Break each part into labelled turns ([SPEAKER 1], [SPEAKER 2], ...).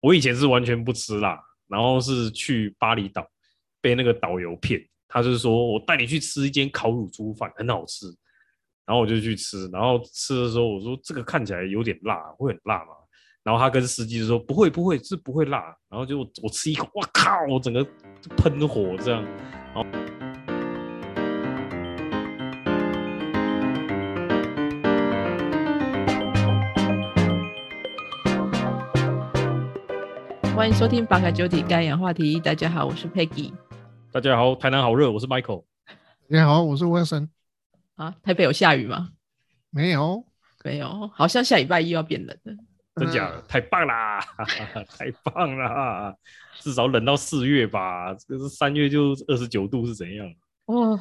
[SPEAKER 1] 我以前是完全不吃辣，然后是去巴厘岛被那个导游骗，他就是说我带你去吃一间烤乳猪饭，很好吃。然后我就去吃，然后吃的时候我说这个看起来有点辣，会很辣吗？然后他跟司机就说不会不会是不会辣，然后就我吃一口，哇靠，我整个喷火这样。
[SPEAKER 2] 欢迎收听《八卡九体干氧话题》，大家好，我是 Peggy。
[SPEAKER 1] 大家好，台南好热，我是 Michael。
[SPEAKER 3] 大家好，我是 Wilson。
[SPEAKER 2] 啊，台北有下雨吗？
[SPEAKER 3] 没有，
[SPEAKER 2] 没有，好像下礼拜一要变冷了。
[SPEAKER 1] 真假的？太棒啦！ 太棒啦！至少冷到四月吧，这个是三月就二十九度是怎样？
[SPEAKER 2] 哦，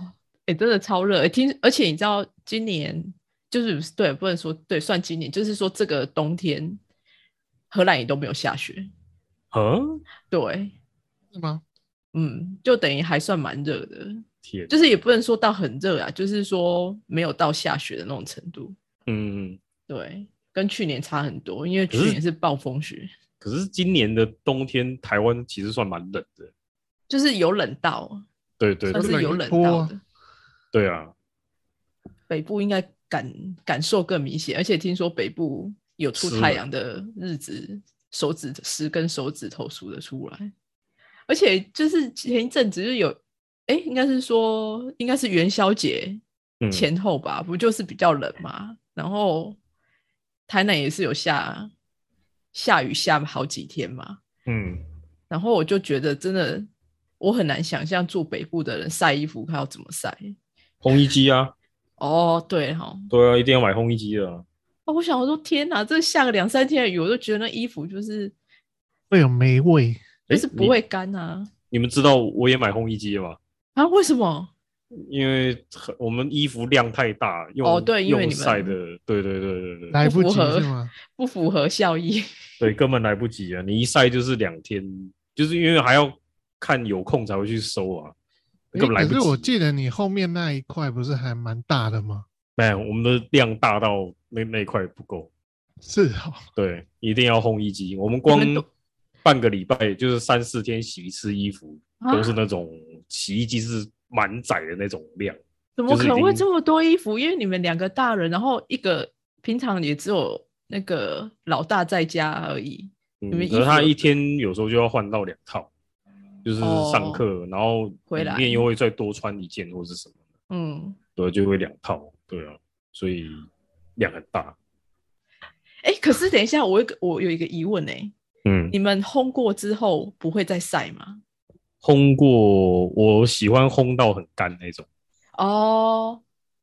[SPEAKER 2] 哎、真的超热！诶听，而且你知道，今年就是对，不能说对，算今年，就是说这个冬天，荷兰也都没有下雪。
[SPEAKER 1] 嗯，
[SPEAKER 2] 对，
[SPEAKER 3] 是吗？
[SPEAKER 2] 嗯，就等于还算蛮热的，
[SPEAKER 1] 天，
[SPEAKER 2] 就是也不能说到很热啊，就是说没有到下雪的那种程度。
[SPEAKER 1] 嗯，
[SPEAKER 2] 对，跟去年差很多，因为
[SPEAKER 1] 可
[SPEAKER 2] 去
[SPEAKER 1] 是
[SPEAKER 2] 年是暴风雪，
[SPEAKER 1] 可是今年的冬天台湾其实算蛮冷的。
[SPEAKER 2] 就是有冷到，
[SPEAKER 1] 对对
[SPEAKER 2] 算
[SPEAKER 1] 对
[SPEAKER 2] 是有冷
[SPEAKER 3] 冷一波
[SPEAKER 2] 到
[SPEAKER 3] 啊
[SPEAKER 2] 的。
[SPEAKER 1] 对啊，
[SPEAKER 2] 北部应该感感受更明显，而且听说北部有出
[SPEAKER 1] 是
[SPEAKER 2] 太阳的日子，手指十根手指头数得出来。而且就是前一阵子就有，哎、应该是说应该是元宵节
[SPEAKER 1] 嗯，
[SPEAKER 2] 前后吧，不就是比较冷嘛？然后台南也是有下下雨下好几天嘛，
[SPEAKER 1] 嗯，
[SPEAKER 2] 然后我就觉得真的我很难想象住北部的人晒衣服他要怎么晒。
[SPEAKER 1] 烘衣机啊，
[SPEAKER 2] 哦，对哈、哦，
[SPEAKER 1] 对啊，一定要买烘衣机的啊。
[SPEAKER 2] 哦，我想我说天哪，这下个两三天的雨，我都觉得那衣服就是
[SPEAKER 3] 会有霉味。
[SPEAKER 2] 就
[SPEAKER 1] 诶
[SPEAKER 2] 是不会干啊
[SPEAKER 1] 你。你们知道我也买烘衣机了吗？
[SPEAKER 2] 啊！为什么？
[SPEAKER 1] 因为很我们衣服量太大，用
[SPEAKER 2] 哦对因
[SPEAKER 1] 用
[SPEAKER 2] 为你们
[SPEAKER 1] 晒的，对对对对对，
[SPEAKER 3] 来不及
[SPEAKER 2] 符合
[SPEAKER 3] 是吗？
[SPEAKER 2] 不符合效益
[SPEAKER 1] 对根本来不及啊！你一晒就是两天，就是因为还要看有空才会去收啊，根本来
[SPEAKER 3] 诶
[SPEAKER 1] 不
[SPEAKER 3] 可是我
[SPEAKER 1] 及。
[SPEAKER 3] 记得你后面那一块不是还蛮大的吗？
[SPEAKER 1] 没有，我们的量大到那那一块不够，
[SPEAKER 3] 是哦，
[SPEAKER 1] 对，一定要烘衣机。我们光
[SPEAKER 2] 你们都
[SPEAKER 1] 半个礼拜就是三四天洗一次衣服，
[SPEAKER 2] 啊
[SPEAKER 1] 都是那种洗衣机是满载的那种量。
[SPEAKER 2] 怎么
[SPEAKER 1] 就是
[SPEAKER 2] 可
[SPEAKER 1] 已
[SPEAKER 2] 能会
[SPEAKER 1] 经
[SPEAKER 2] 这么多衣服？因为你们两个大人，然后一个平常也只有那个老大在家而已。
[SPEAKER 1] 嗯
[SPEAKER 2] 你们，
[SPEAKER 1] 可
[SPEAKER 2] 衣
[SPEAKER 1] 是
[SPEAKER 2] 服
[SPEAKER 1] 他
[SPEAKER 2] 有
[SPEAKER 1] 一天有时候就要换到两套，就是上课，然后
[SPEAKER 2] 哦回来
[SPEAKER 1] 里面又会再多穿一件或是什么的，
[SPEAKER 2] 嗯，
[SPEAKER 1] 对，就会两套，对啊，所以量很大。
[SPEAKER 2] 哎，可是等一下，我有一个我有一个疑问哎、
[SPEAKER 1] 嗯，
[SPEAKER 2] 你们烘过之后不会再晒吗？
[SPEAKER 1] 烘过，我喜欢烘到很干那种，
[SPEAKER 2] 哦，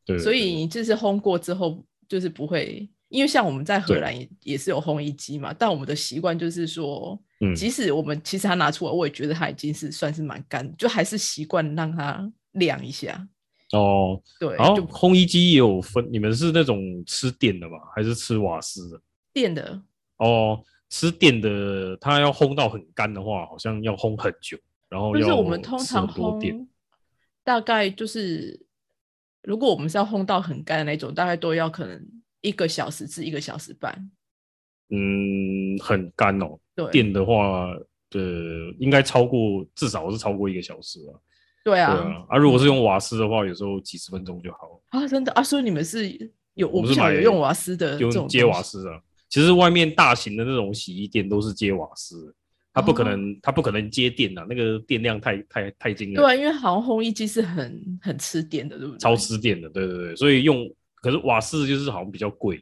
[SPEAKER 1] 对，
[SPEAKER 2] 所以你就是烘过之后，就是不会，因为像我们在荷
[SPEAKER 1] 对
[SPEAKER 2] 兰也也是有烘衣机嘛，但我们的习惯就是说，
[SPEAKER 1] 嗯
[SPEAKER 2] 即使我们其实它拿出来，我也觉得它已经是算是蛮干，就还是习惯让它晾一下。
[SPEAKER 1] 对哦，
[SPEAKER 2] 对，
[SPEAKER 1] 然后
[SPEAKER 2] 就
[SPEAKER 1] 烘衣机也有分，你们是那种吃电的吗？还是吃瓦斯的？
[SPEAKER 2] 电的
[SPEAKER 1] 哦，吃电的，它要烘到很干的话，好像要烘很久，然后
[SPEAKER 2] 就
[SPEAKER 1] 哦要
[SPEAKER 2] 是我们通
[SPEAKER 1] 吃
[SPEAKER 2] 常
[SPEAKER 1] 很多电，
[SPEAKER 2] 烘，大概就是如果我们是要烘到很干的那种，大概都要可能一个小时至一个小时半。
[SPEAKER 1] 嗯，很干哦。
[SPEAKER 2] 对，
[SPEAKER 1] 电的话，呃，应该超过至少是超过一个小时啊。
[SPEAKER 2] 对
[SPEAKER 1] 对
[SPEAKER 2] 啊
[SPEAKER 1] 啊，啊，如果是用瓦斯的话，有时候几十分钟就好了。
[SPEAKER 2] 啊真的啊，所以你们是有
[SPEAKER 1] 我
[SPEAKER 2] 我
[SPEAKER 1] 们
[SPEAKER 2] 不
[SPEAKER 1] 是
[SPEAKER 2] 晓得
[SPEAKER 1] 买
[SPEAKER 2] 有用瓦斯的这
[SPEAKER 1] 用
[SPEAKER 2] 种
[SPEAKER 1] 接
[SPEAKER 2] 东
[SPEAKER 1] 瓦
[SPEAKER 2] 西
[SPEAKER 1] 斯啊，其实外面大型的那种洗衣店都是接瓦斯的，它不可
[SPEAKER 2] 哦
[SPEAKER 1] 能，它不可能接电啊的、那个电量太太太惊人，
[SPEAKER 2] 对啊，因为好像烘衣机是很很吃电的，对不对？
[SPEAKER 1] 超吃电的，对对对，所以用，可是瓦斯就是好像比较贵，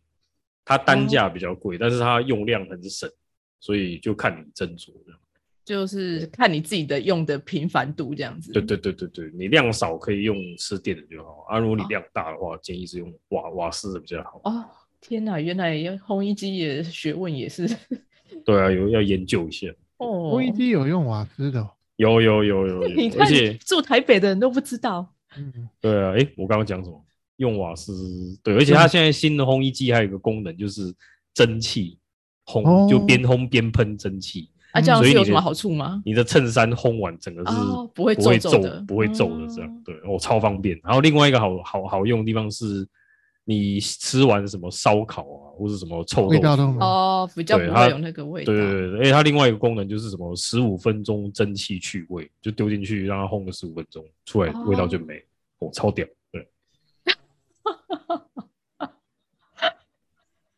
[SPEAKER 1] 它单
[SPEAKER 2] 哦
[SPEAKER 1] 价比较贵，但是它用量很省，所以就看你斟酌这样。
[SPEAKER 2] 就是看你自己的用的频繁度这样子。
[SPEAKER 1] 对对对对对，你量少可以用吃电的就好啊。如果你量大的话，建议是用瓦瓦斯的比较好。
[SPEAKER 2] 哦，天哪，原来烘衣机也学问也是
[SPEAKER 1] 对啊，有要研究一下。
[SPEAKER 2] 哦。
[SPEAKER 3] 烘衣机有用瓦斯的哦、
[SPEAKER 1] 有有有有
[SPEAKER 2] 你
[SPEAKER 1] 有，
[SPEAKER 2] 看
[SPEAKER 1] 而且
[SPEAKER 2] 住台北的人都不知道
[SPEAKER 3] 嗯，
[SPEAKER 1] 对啊，诶，我刚刚讲什么？用瓦斯对，而且它现在新的烘衣机还有一个功能就是蒸汽烘，
[SPEAKER 3] 哦
[SPEAKER 1] 就边烘边喷蒸汽。
[SPEAKER 2] 啊，
[SPEAKER 3] 嗯
[SPEAKER 2] 这样
[SPEAKER 1] 所
[SPEAKER 2] 是
[SPEAKER 1] 以
[SPEAKER 2] 有
[SPEAKER 1] 你
[SPEAKER 2] 什么
[SPEAKER 1] 的
[SPEAKER 2] 好处吗？
[SPEAKER 1] 你的衬衫烘完整个是
[SPEAKER 2] 哦不会
[SPEAKER 1] 不会
[SPEAKER 2] 皱皱
[SPEAKER 1] 皱
[SPEAKER 2] 的
[SPEAKER 1] 不会皱的这
[SPEAKER 2] 嗯
[SPEAKER 1] 样，对，哦，超方便。然后另外一个好好好用的地方是，你吃完什么烧烤啊，或是什么臭豆
[SPEAKER 3] 味道
[SPEAKER 1] 腐
[SPEAKER 3] 都没有
[SPEAKER 2] 哦，比较
[SPEAKER 1] 嗯对
[SPEAKER 2] 不
[SPEAKER 1] 它
[SPEAKER 2] 会有那个味道。
[SPEAKER 1] 对对对，而且它另外一个功能就是什么十五分钟蒸汽去味，就丢进去让它烘个十五分钟，出来味道就没，哦，超屌。对，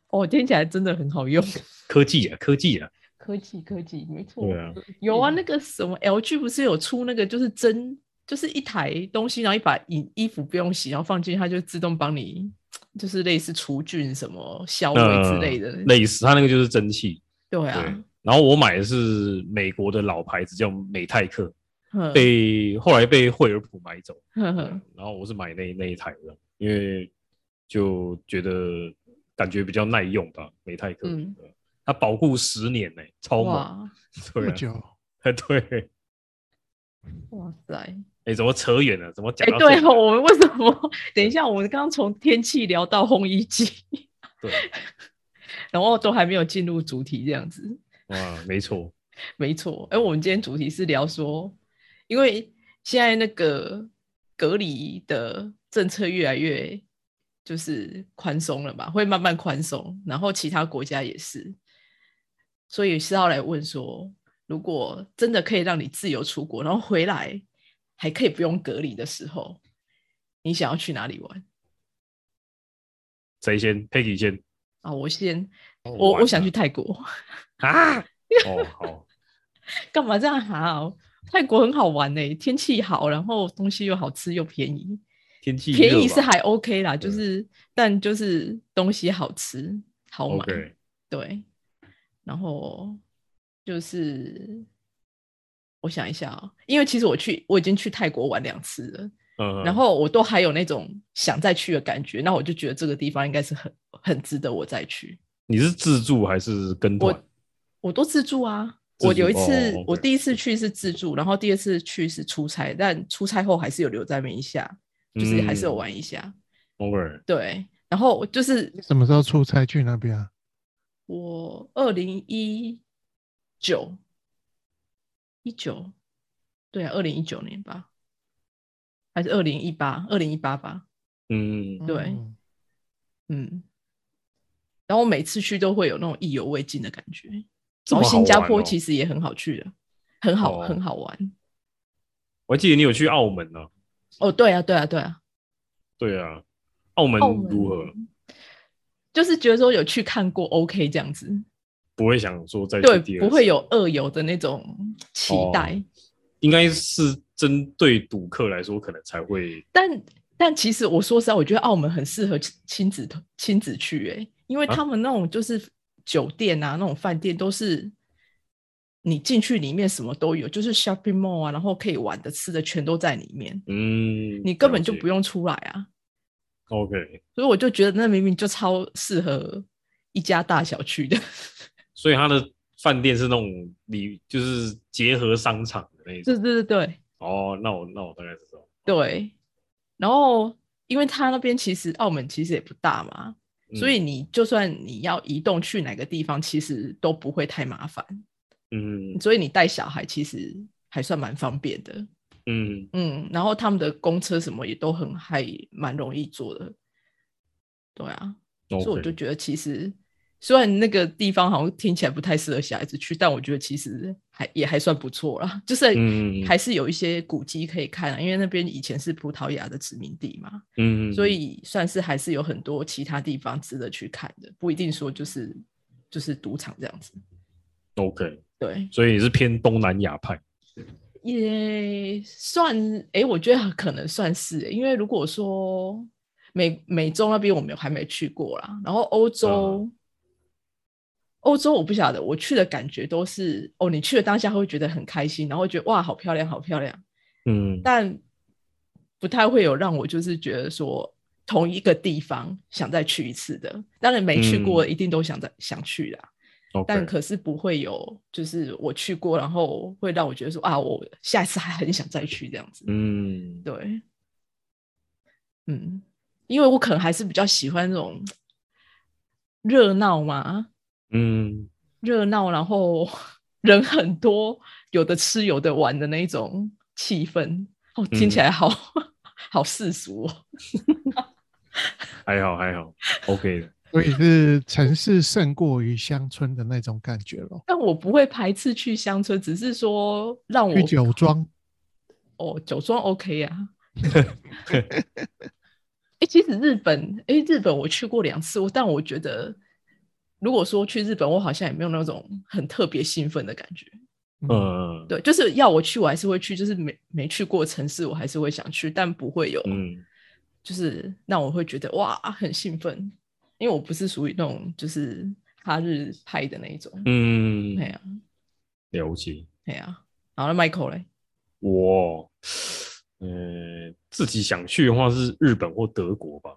[SPEAKER 2] 哦，听起来真的很 好用。
[SPEAKER 1] 科技啊，科技啊，
[SPEAKER 2] 科技科技，没错。
[SPEAKER 1] 对啊，
[SPEAKER 2] 有啊，
[SPEAKER 3] 嗯
[SPEAKER 2] 那个什么 LG 不是有出那个，就是蒸，就是一台东西，然后一把衣衣服不用洗，然后放进去，它就自动帮你，就是类似除菌、什么消味之类的。
[SPEAKER 1] 嗯类似它那个就是蒸汽。
[SPEAKER 2] 对
[SPEAKER 1] 对
[SPEAKER 2] 啊，，
[SPEAKER 1] 然后我买的是美国的老牌子，叫美泰克，
[SPEAKER 2] 哼
[SPEAKER 1] 被后来被惠而浦买走。
[SPEAKER 2] 哼
[SPEAKER 1] 对
[SPEAKER 2] 哼，
[SPEAKER 1] 然后我是买那那一台的，因为就觉得感觉比较耐用吧，美泰克。
[SPEAKER 2] 嗯
[SPEAKER 1] 对啊它保护十年呢、超猛。
[SPEAKER 2] 哇
[SPEAKER 3] 这
[SPEAKER 1] 对
[SPEAKER 3] 么
[SPEAKER 1] 啊
[SPEAKER 3] 久，
[SPEAKER 1] 对，
[SPEAKER 2] 哇塞！
[SPEAKER 1] 哎、怎么扯远了？怎么
[SPEAKER 2] 哎
[SPEAKER 1] 讲、到这
[SPEAKER 2] 对
[SPEAKER 1] 里
[SPEAKER 2] 哦，我们为什么？等一下，我们刚刚从天气聊到烘衣机，
[SPEAKER 1] 对，
[SPEAKER 2] 然后都还没有进入主题，这样子。
[SPEAKER 1] 哇，没错，
[SPEAKER 2] 没错，哎，我们今天主题是聊说，因为现在那个隔离的政策越来越就是宽松了嘛，会慢慢宽松，然后其他国家也是，所以是要来问说，如果真的可以让你自由出国，然后回来还可以不用隔离的时候，你想要去哪里玩
[SPEAKER 1] 谁先？Peggy 先。
[SPEAKER 2] 啊？我先，
[SPEAKER 1] 我
[SPEAKER 2] 我我想去泰国。
[SPEAKER 1] 啊。 哦，好，
[SPEAKER 2] 干嘛这样哈、泰国很好玩呢、天气好，然后东西又好吃又便宜，
[SPEAKER 1] 天气
[SPEAKER 2] 便宜
[SPEAKER 1] 热
[SPEAKER 2] 是
[SPEAKER 1] 吧
[SPEAKER 2] 还 OK 啦，就
[SPEAKER 1] 对
[SPEAKER 2] 是但就是东西好吃好买
[SPEAKER 1] OK，
[SPEAKER 2] 对，然后就是我想一下啊、因为其实我去我已经去泰国玩两次了，
[SPEAKER 1] 嗯，
[SPEAKER 2] 然后我都还有那种想再去的感觉，那我就觉得这个地方应该是很很值得我再去。
[SPEAKER 1] 你是自助还是跟团？
[SPEAKER 2] 我我都自助啊。
[SPEAKER 1] 自
[SPEAKER 2] 我
[SPEAKER 1] 助
[SPEAKER 2] 有一次，
[SPEAKER 1] 哦
[SPEAKER 2] 我
[SPEAKER 1] ，OK
[SPEAKER 2] 第一次去是自助，然后第二次去是出差，但出差后还是有留在门一下，就是还是有
[SPEAKER 1] 嗯
[SPEAKER 2] 玩一下。
[SPEAKER 1] OK，
[SPEAKER 2] 对，然后我就是
[SPEAKER 3] 你什么时候出差去那边啊？
[SPEAKER 2] 我二零一九一九，对啊，二零一九年吧，还是二零一八，二零一八吧，
[SPEAKER 1] 嗯，
[SPEAKER 2] 对
[SPEAKER 3] 嗯
[SPEAKER 2] 嗯。然后我每次去都会有那种意犹未尽的感觉。
[SPEAKER 1] 这
[SPEAKER 2] 然
[SPEAKER 1] 么
[SPEAKER 2] 后
[SPEAKER 1] 好
[SPEAKER 2] 新加
[SPEAKER 1] 玩
[SPEAKER 2] 坡
[SPEAKER 1] 哦
[SPEAKER 2] 其实也很好去的，很好，
[SPEAKER 1] 哦
[SPEAKER 2] 很好玩。
[SPEAKER 1] 我还记得你有去澳门呢、
[SPEAKER 2] 哦，对啊，对啊，对啊。
[SPEAKER 1] 对啊，澳门
[SPEAKER 2] 澳门
[SPEAKER 1] 如何？
[SPEAKER 2] 就是觉得说有去看过 OK 这样子，
[SPEAKER 1] 不会想说再去第
[SPEAKER 2] 对，
[SPEAKER 1] 二
[SPEAKER 2] 不
[SPEAKER 1] 次
[SPEAKER 2] 会有恶游的那种期待。
[SPEAKER 1] 哦应该是针对赌客来说，可能才会
[SPEAKER 2] 但但其实我说实话，我觉得澳门很适合亲亲子亲子去、欸，因为
[SPEAKER 1] 啊
[SPEAKER 2] 他们那种就是酒店啊，那种饭店都是你进去里面什么都有，就是 shopping mall 啊，然后可以玩的、吃的全都在里面，
[SPEAKER 1] 嗯，
[SPEAKER 2] 你根本就不
[SPEAKER 1] 用
[SPEAKER 2] 用出来啊。
[SPEAKER 1] OK，
[SPEAKER 2] 所以我就觉得那明明就超适合一家大小去的。
[SPEAKER 1] 所以他的饭店是那种里就是结合商场的那一种
[SPEAKER 2] 对对对对。
[SPEAKER 1] 哦，那我那我大概知道，
[SPEAKER 2] 对，然后因为它那边其实澳门其实也不大嘛，
[SPEAKER 1] 嗯
[SPEAKER 2] 所以你就算你要移动去哪个地方，其实都不会太麻烦。
[SPEAKER 1] 嗯
[SPEAKER 2] 所以你带小孩其实还算蛮方便的，
[SPEAKER 1] 嗯
[SPEAKER 2] 嗯。然后他们的公车什么也都很还蛮容易坐的，对啊。所以我就
[SPEAKER 1] 嗯，OK，
[SPEAKER 2] 觉得其实虽然那个地方好像听起来不太适合小孩子去，但我觉得其实还也还算不错啦， 就是
[SPEAKER 1] 嗯嗯嗯
[SPEAKER 2] 还是有一些古迹可以看啊，因为那边以前是葡萄牙的殖民地嘛，
[SPEAKER 1] 嗯，嗯
[SPEAKER 2] 所以算是还是有很多其他地方值得去看的，不一定说就是就是赌场这样子。
[SPEAKER 1] OK，
[SPEAKER 2] 对，
[SPEAKER 1] 所以你是偏东南亚派，
[SPEAKER 2] 也算诶，我觉得可能算是、因为如果说美美洲那边我们还没去过啦，然后欧洲，欧、洲我不晓得，我去的感觉都是哦，你去的当下会觉得很开心，然后会觉得哇好漂亮，好漂亮，
[SPEAKER 1] 嗯
[SPEAKER 2] 但不太会有让我就是觉得说同一个地方想再去一次的。当然没去过
[SPEAKER 1] 嗯
[SPEAKER 2] 一定都想再、想去啦，但
[SPEAKER 1] ，OK，
[SPEAKER 2] 可是不会有就是我去过，然后会让我觉得说啊，我下一次还很想再去这样子。
[SPEAKER 1] 嗯，
[SPEAKER 2] 对，嗯，因为我可能还是比较喜欢那种热闹嘛，
[SPEAKER 1] 嗯，
[SPEAKER 2] 热闹，然后 人很多，有的吃有的玩的那一种气氛。哦，听起
[SPEAKER 1] 嗯
[SPEAKER 2] 来好、 好世俗哦。
[SPEAKER 1] 还好还好，OK 的，
[SPEAKER 3] 所以是城市胜过于乡村的那种感觉
[SPEAKER 1] 哦
[SPEAKER 3] 咯。
[SPEAKER 2] 但我不会排斥去乡村，只是说让我
[SPEAKER 3] 去酒庄，
[SPEAKER 2] 哦，酒庄 OK 啊。哎、其实日本，哎、日本我去过两次，我但我觉得，如果说去日本，我好像也没有那种很特别兴奋的感觉。
[SPEAKER 3] 嗯，
[SPEAKER 1] 嗯
[SPEAKER 2] 对，就是要我去，我还是会去，就是没没去过城市，我还是会想去，但不会有，
[SPEAKER 1] 嗯
[SPEAKER 2] 就是让我会觉得哇，很兴奋，因为我不是属于那种就是哈日派的那一种。
[SPEAKER 1] 嗯
[SPEAKER 2] 哎，呀、
[SPEAKER 1] 了解。
[SPEAKER 2] 哎呀、然后那 Michael 嘞，
[SPEAKER 1] 我，呃，自己想去的话是日本或德国吧。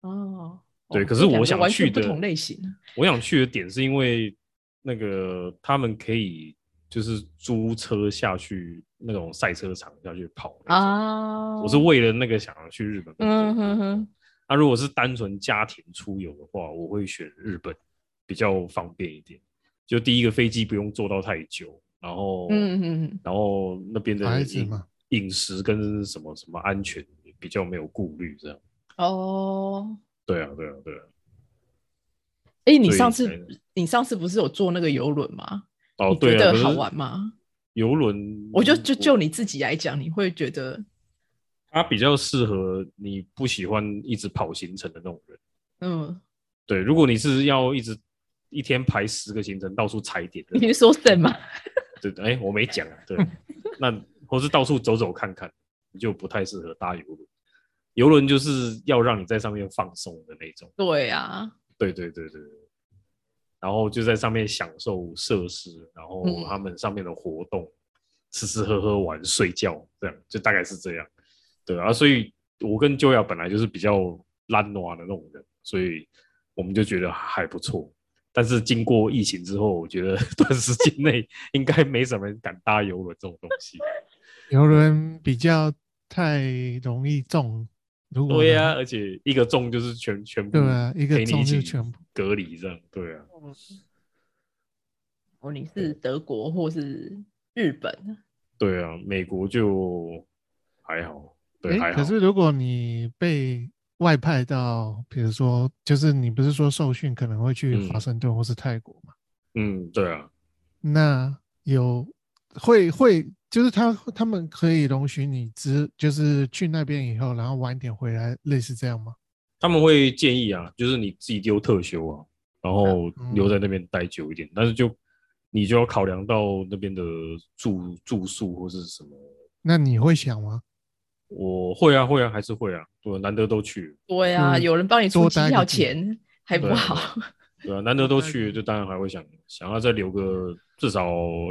[SPEAKER 2] 哦，
[SPEAKER 1] 对
[SPEAKER 2] 哦
[SPEAKER 1] 可是
[SPEAKER 2] 这两
[SPEAKER 1] 我
[SPEAKER 2] 个
[SPEAKER 1] 想
[SPEAKER 2] 完
[SPEAKER 1] 去
[SPEAKER 2] 全不
[SPEAKER 1] 的
[SPEAKER 2] 同类型。啊
[SPEAKER 1] 我想去的点是因为那个他们可以就是租车下去那种赛车场下去跑那种。
[SPEAKER 2] 啊，
[SPEAKER 1] 我是为了那个想要去日本。
[SPEAKER 2] 嗯哼。哼，
[SPEAKER 1] 那、如果是单纯家庭出游的话，我会选日本，比较方便一点。就第一个飞机不用坐到太久，然后
[SPEAKER 2] 嗯嗯嗯
[SPEAKER 1] 然后那边
[SPEAKER 3] 小
[SPEAKER 1] 的
[SPEAKER 3] 孩子
[SPEAKER 1] 饮
[SPEAKER 3] 嘛
[SPEAKER 1] 饮食跟什么什么安全也比较没有顾虑，这样。
[SPEAKER 2] 哦，
[SPEAKER 1] 对啊，对啊，对啊。
[SPEAKER 2] 哎、你
[SPEAKER 1] 所以
[SPEAKER 2] 上
[SPEAKER 1] 才
[SPEAKER 2] 次你上次不是有坐那个游轮吗？
[SPEAKER 1] 哦，
[SPEAKER 2] 你觉
[SPEAKER 1] 对啊，
[SPEAKER 2] 得
[SPEAKER 1] 可是
[SPEAKER 2] 好玩吗？
[SPEAKER 1] 游轮，
[SPEAKER 2] 我就就就你自己来讲，你会觉得，
[SPEAKER 1] 它比较适合你不喜欢一直跑行程的那种人。
[SPEAKER 2] 嗯，
[SPEAKER 1] 对，如果你是要一直一天排十个行程到处踩点的
[SPEAKER 2] 你，是说什么？
[SPEAKER 1] 对，哎、我没讲啊，对，那或是到处走走看看，你就不太适合搭游轮。游轮就是要让你在上面放松的那种，
[SPEAKER 2] 对啊，
[SPEAKER 1] 对对对对对。然后就在上面享受设施，然后
[SPEAKER 2] 嗯
[SPEAKER 1] 他们上面的活动，吃吃喝喝玩睡觉，这样就大概是这样。对啊，所以我跟 Joya 本来就是比较懒惰的那种人，所以我们就觉得还不错。但是经过疫情之后，我觉得 短时间内 应该没什么人敢搭游轮这种东西。
[SPEAKER 3] 啊游轮比较太容易中。如果
[SPEAKER 1] 对啊呀、而且一个中就是全全部
[SPEAKER 3] 对啊一个
[SPEAKER 1] 陪你
[SPEAKER 3] 中
[SPEAKER 1] 一起
[SPEAKER 3] 就全部
[SPEAKER 1] 隔离这样，对啊。
[SPEAKER 2] 哦，你是德国或是日本？
[SPEAKER 1] 对啊，美国就还好，对，
[SPEAKER 3] 诶
[SPEAKER 1] 还好。
[SPEAKER 3] 可是如果你被外派到，比如说，就是你不是说受训可能会去
[SPEAKER 1] 嗯
[SPEAKER 3] 华盛顿或是泰国嘛？
[SPEAKER 1] 嗯，对啊，
[SPEAKER 3] 那有会会就是他他们可以容许你只就是去那边以后，然后晚一点回来，类似这样吗？
[SPEAKER 1] 他们会建议啊，就是你自己丢特休啊，然后
[SPEAKER 3] 嗯
[SPEAKER 1] 留在那边待久一点，但是就你就要考量到那边的住住宿或是什么。
[SPEAKER 3] 那你会想吗？
[SPEAKER 1] 我会啊，会啊，还是会啊，对，难得都去，
[SPEAKER 2] 对啊，
[SPEAKER 3] 嗯
[SPEAKER 2] 有人帮你出
[SPEAKER 3] 多
[SPEAKER 2] 机
[SPEAKER 3] 待个
[SPEAKER 2] 票
[SPEAKER 3] 几年
[SPEAKER 2] 钱，还不
[SPEAKER 1] 对啊
[SPEAKER 2] 好？
[SPEAKER 1] 对啊，难得都 去，就当然还会想想要再留个至少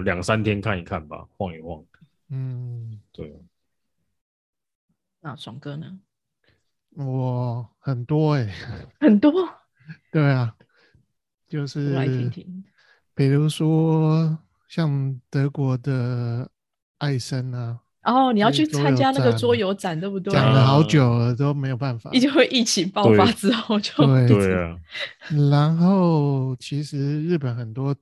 [SPEAKER 1] 两三天看一看吧，晃一晃。
[SPEAKER 3] 嗯，
[SPEAKER 1] 对啊，
[SPEAKER 2] 那爽哥呢？
[SPEAKER 3] 我很多哎、
[SPEAKER 2] 很多，
[SPEAKER 3] 对啊，就
[SPEAKER 2] 我
[SPEAKER 3] 是
[SPEAKER 2] 来听听。
[SPEAKER 3] 比如说像德国的艾森啊，
[SPEAKER 2] 哦，你要
[SPEAKER 3] 去
[SPEAKER 2] 去
[SPEAKER 3] 桌
[SPEAKER 2] 参
[SPEAKER 3] 游
[SPEAKER 2] 加那个
[SPEAKER 3] 展
[SPEAKER 2] 桌游展，对不对？
[SPEAKER 3] 讲了好
[SPEAKER 1] 啊
[SPEAKER 3] 久了都没有办法。
[SPEAKER 2] 一就会疫情爆
[SPEAKER 1] 对
[SPEAKER 2] 发之后就
[SPEAKER 3] 对
[SPEAKER 1] 对啊，
[SPEAKER 3] 然后其实日本很多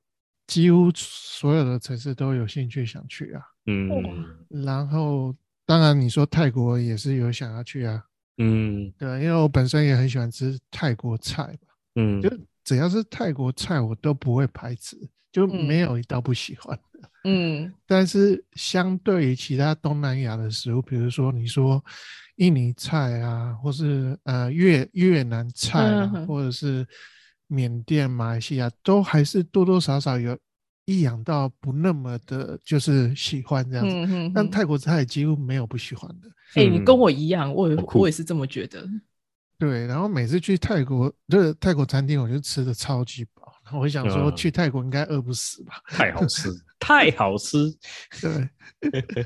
[SPEAKER 3] 几乎所有的城市都有兴趣想去啊。
[SPEAKER 1] 嗯
[SPEAKER 3] 然后当然你说泰国也是有想要去啊，
[SPEAKER 1] 嗯
[SPEAKER 3] 对啊，因为我本身也很喜欢吃泰国菜嘛，
[SPEAKER 1] 嗯
[SPEAKER 3] 就只要是泰国菜我都不会排斥，就
[SPEAKER 2] 嗯
[SPEAKER 3] 没有一道不喜欢。
[SPEAKER 2] 嗯
[SPEAKER 3] 但是相对于其他东南亚的食物，比如说你说印尼菜啊，或是呃越越南菜啊
[SPEAKER 2] 嗯，哼
[SPEAKER 3] 或者是缅甸、马来西亚，都还是多多少少有一两道不那么的，就是喜欢这样子。
[SPEAKER 2] 嗯嗯。
[SPEAKER 3] 但
[SPEAKER 2] 嗯
[SPEAKER 3] 泰国菜几乎没有不喜欢的，
[SPEAKER 2] 哎、你跟
[SPEAKER 1] 嗯
[SPEAKER 2] 我一样，我也
[SPEAKER 1] 好酷
[SPEAKER 2] 我也是这么觉得。
[SPEAKER 3] 对。然后每次去泰国，就是泰国餐厅，我就吃的超级饱。然后我想说，
[SPEAKER 1] 嗯
[SPEAKER 3] 去泰国应该饿不死吧？
[SPEAKER 1] 太好 吃，太好吃。
[SPEAKER 3] 对，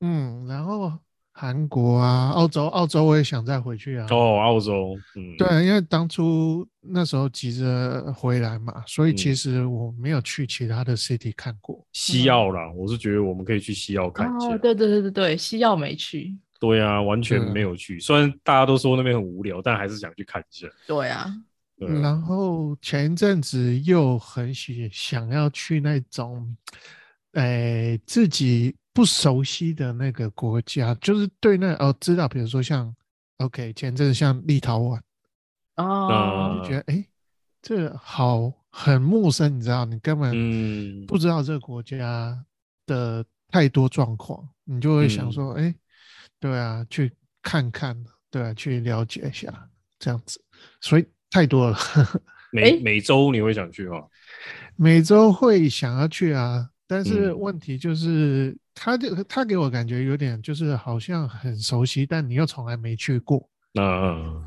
[SPEAKER 3] 嗯，然后韩国啊、澳洲，澳洲我也想再回去啊。
[SPEAKER 1] 哦，澳洲，嗯，
[SPEAKER 3] 对，因为当初那时候急着回来嘛，所以其
[SPEAKER 1] 嗯
[SPEAKER 3] 实我没有去其他的 city 看过。
[SPEAKER 1] 西澳啦，我是觉得我们可以去西澳看一下。
[SPEAKER 2] 嗯哦，对对对对对，西药没去。
[SPEAKER 1] 对啊，完全
[SPEAKER 3] 对啊
[SPEAKER 1] 没有去。虽然大家都说那边很无聊，但还是想去看一下。
[SPEAKER 2] 对啊，
[SPEAKER 1] 对啊
[SPEAKER 3] 然后前一阵子又很喜想要去那种，诶、自己不熟悉的那个国家，就是对那哦知道，比如说像 OK 前阵子像立陶宛，
[SPEAKER 2] 哦，
[SPEAKER 3] 就觉
[SPEAKER 1] 呃
[SPEAKER 3] 得哎、诶这好很陌生，你知道，你根本
[SPEAKER 1] 嗯，
[SPEAKER 3] 不知道这个国家的太多状况，你就会想
[SPEAKER 1] 嗯
[SPEAKER 3] 说，哎、对啊，去看看，对啊，去了解一下，这样子，所以太多了。
[SPEAKER 1] 每
[SPEAKER 2] 哎
[SPEAKER 1] 每周你会想去吗？
[SPEAKER 3] 每周会想要去啊，但是
[SPEAKER 1] 嗯
[SPEAKER 3] 问题就是，他就他给我感觉有点就是好像很熟悉，但你又从来没去过，
[SPEAKER 1] 那、 嗯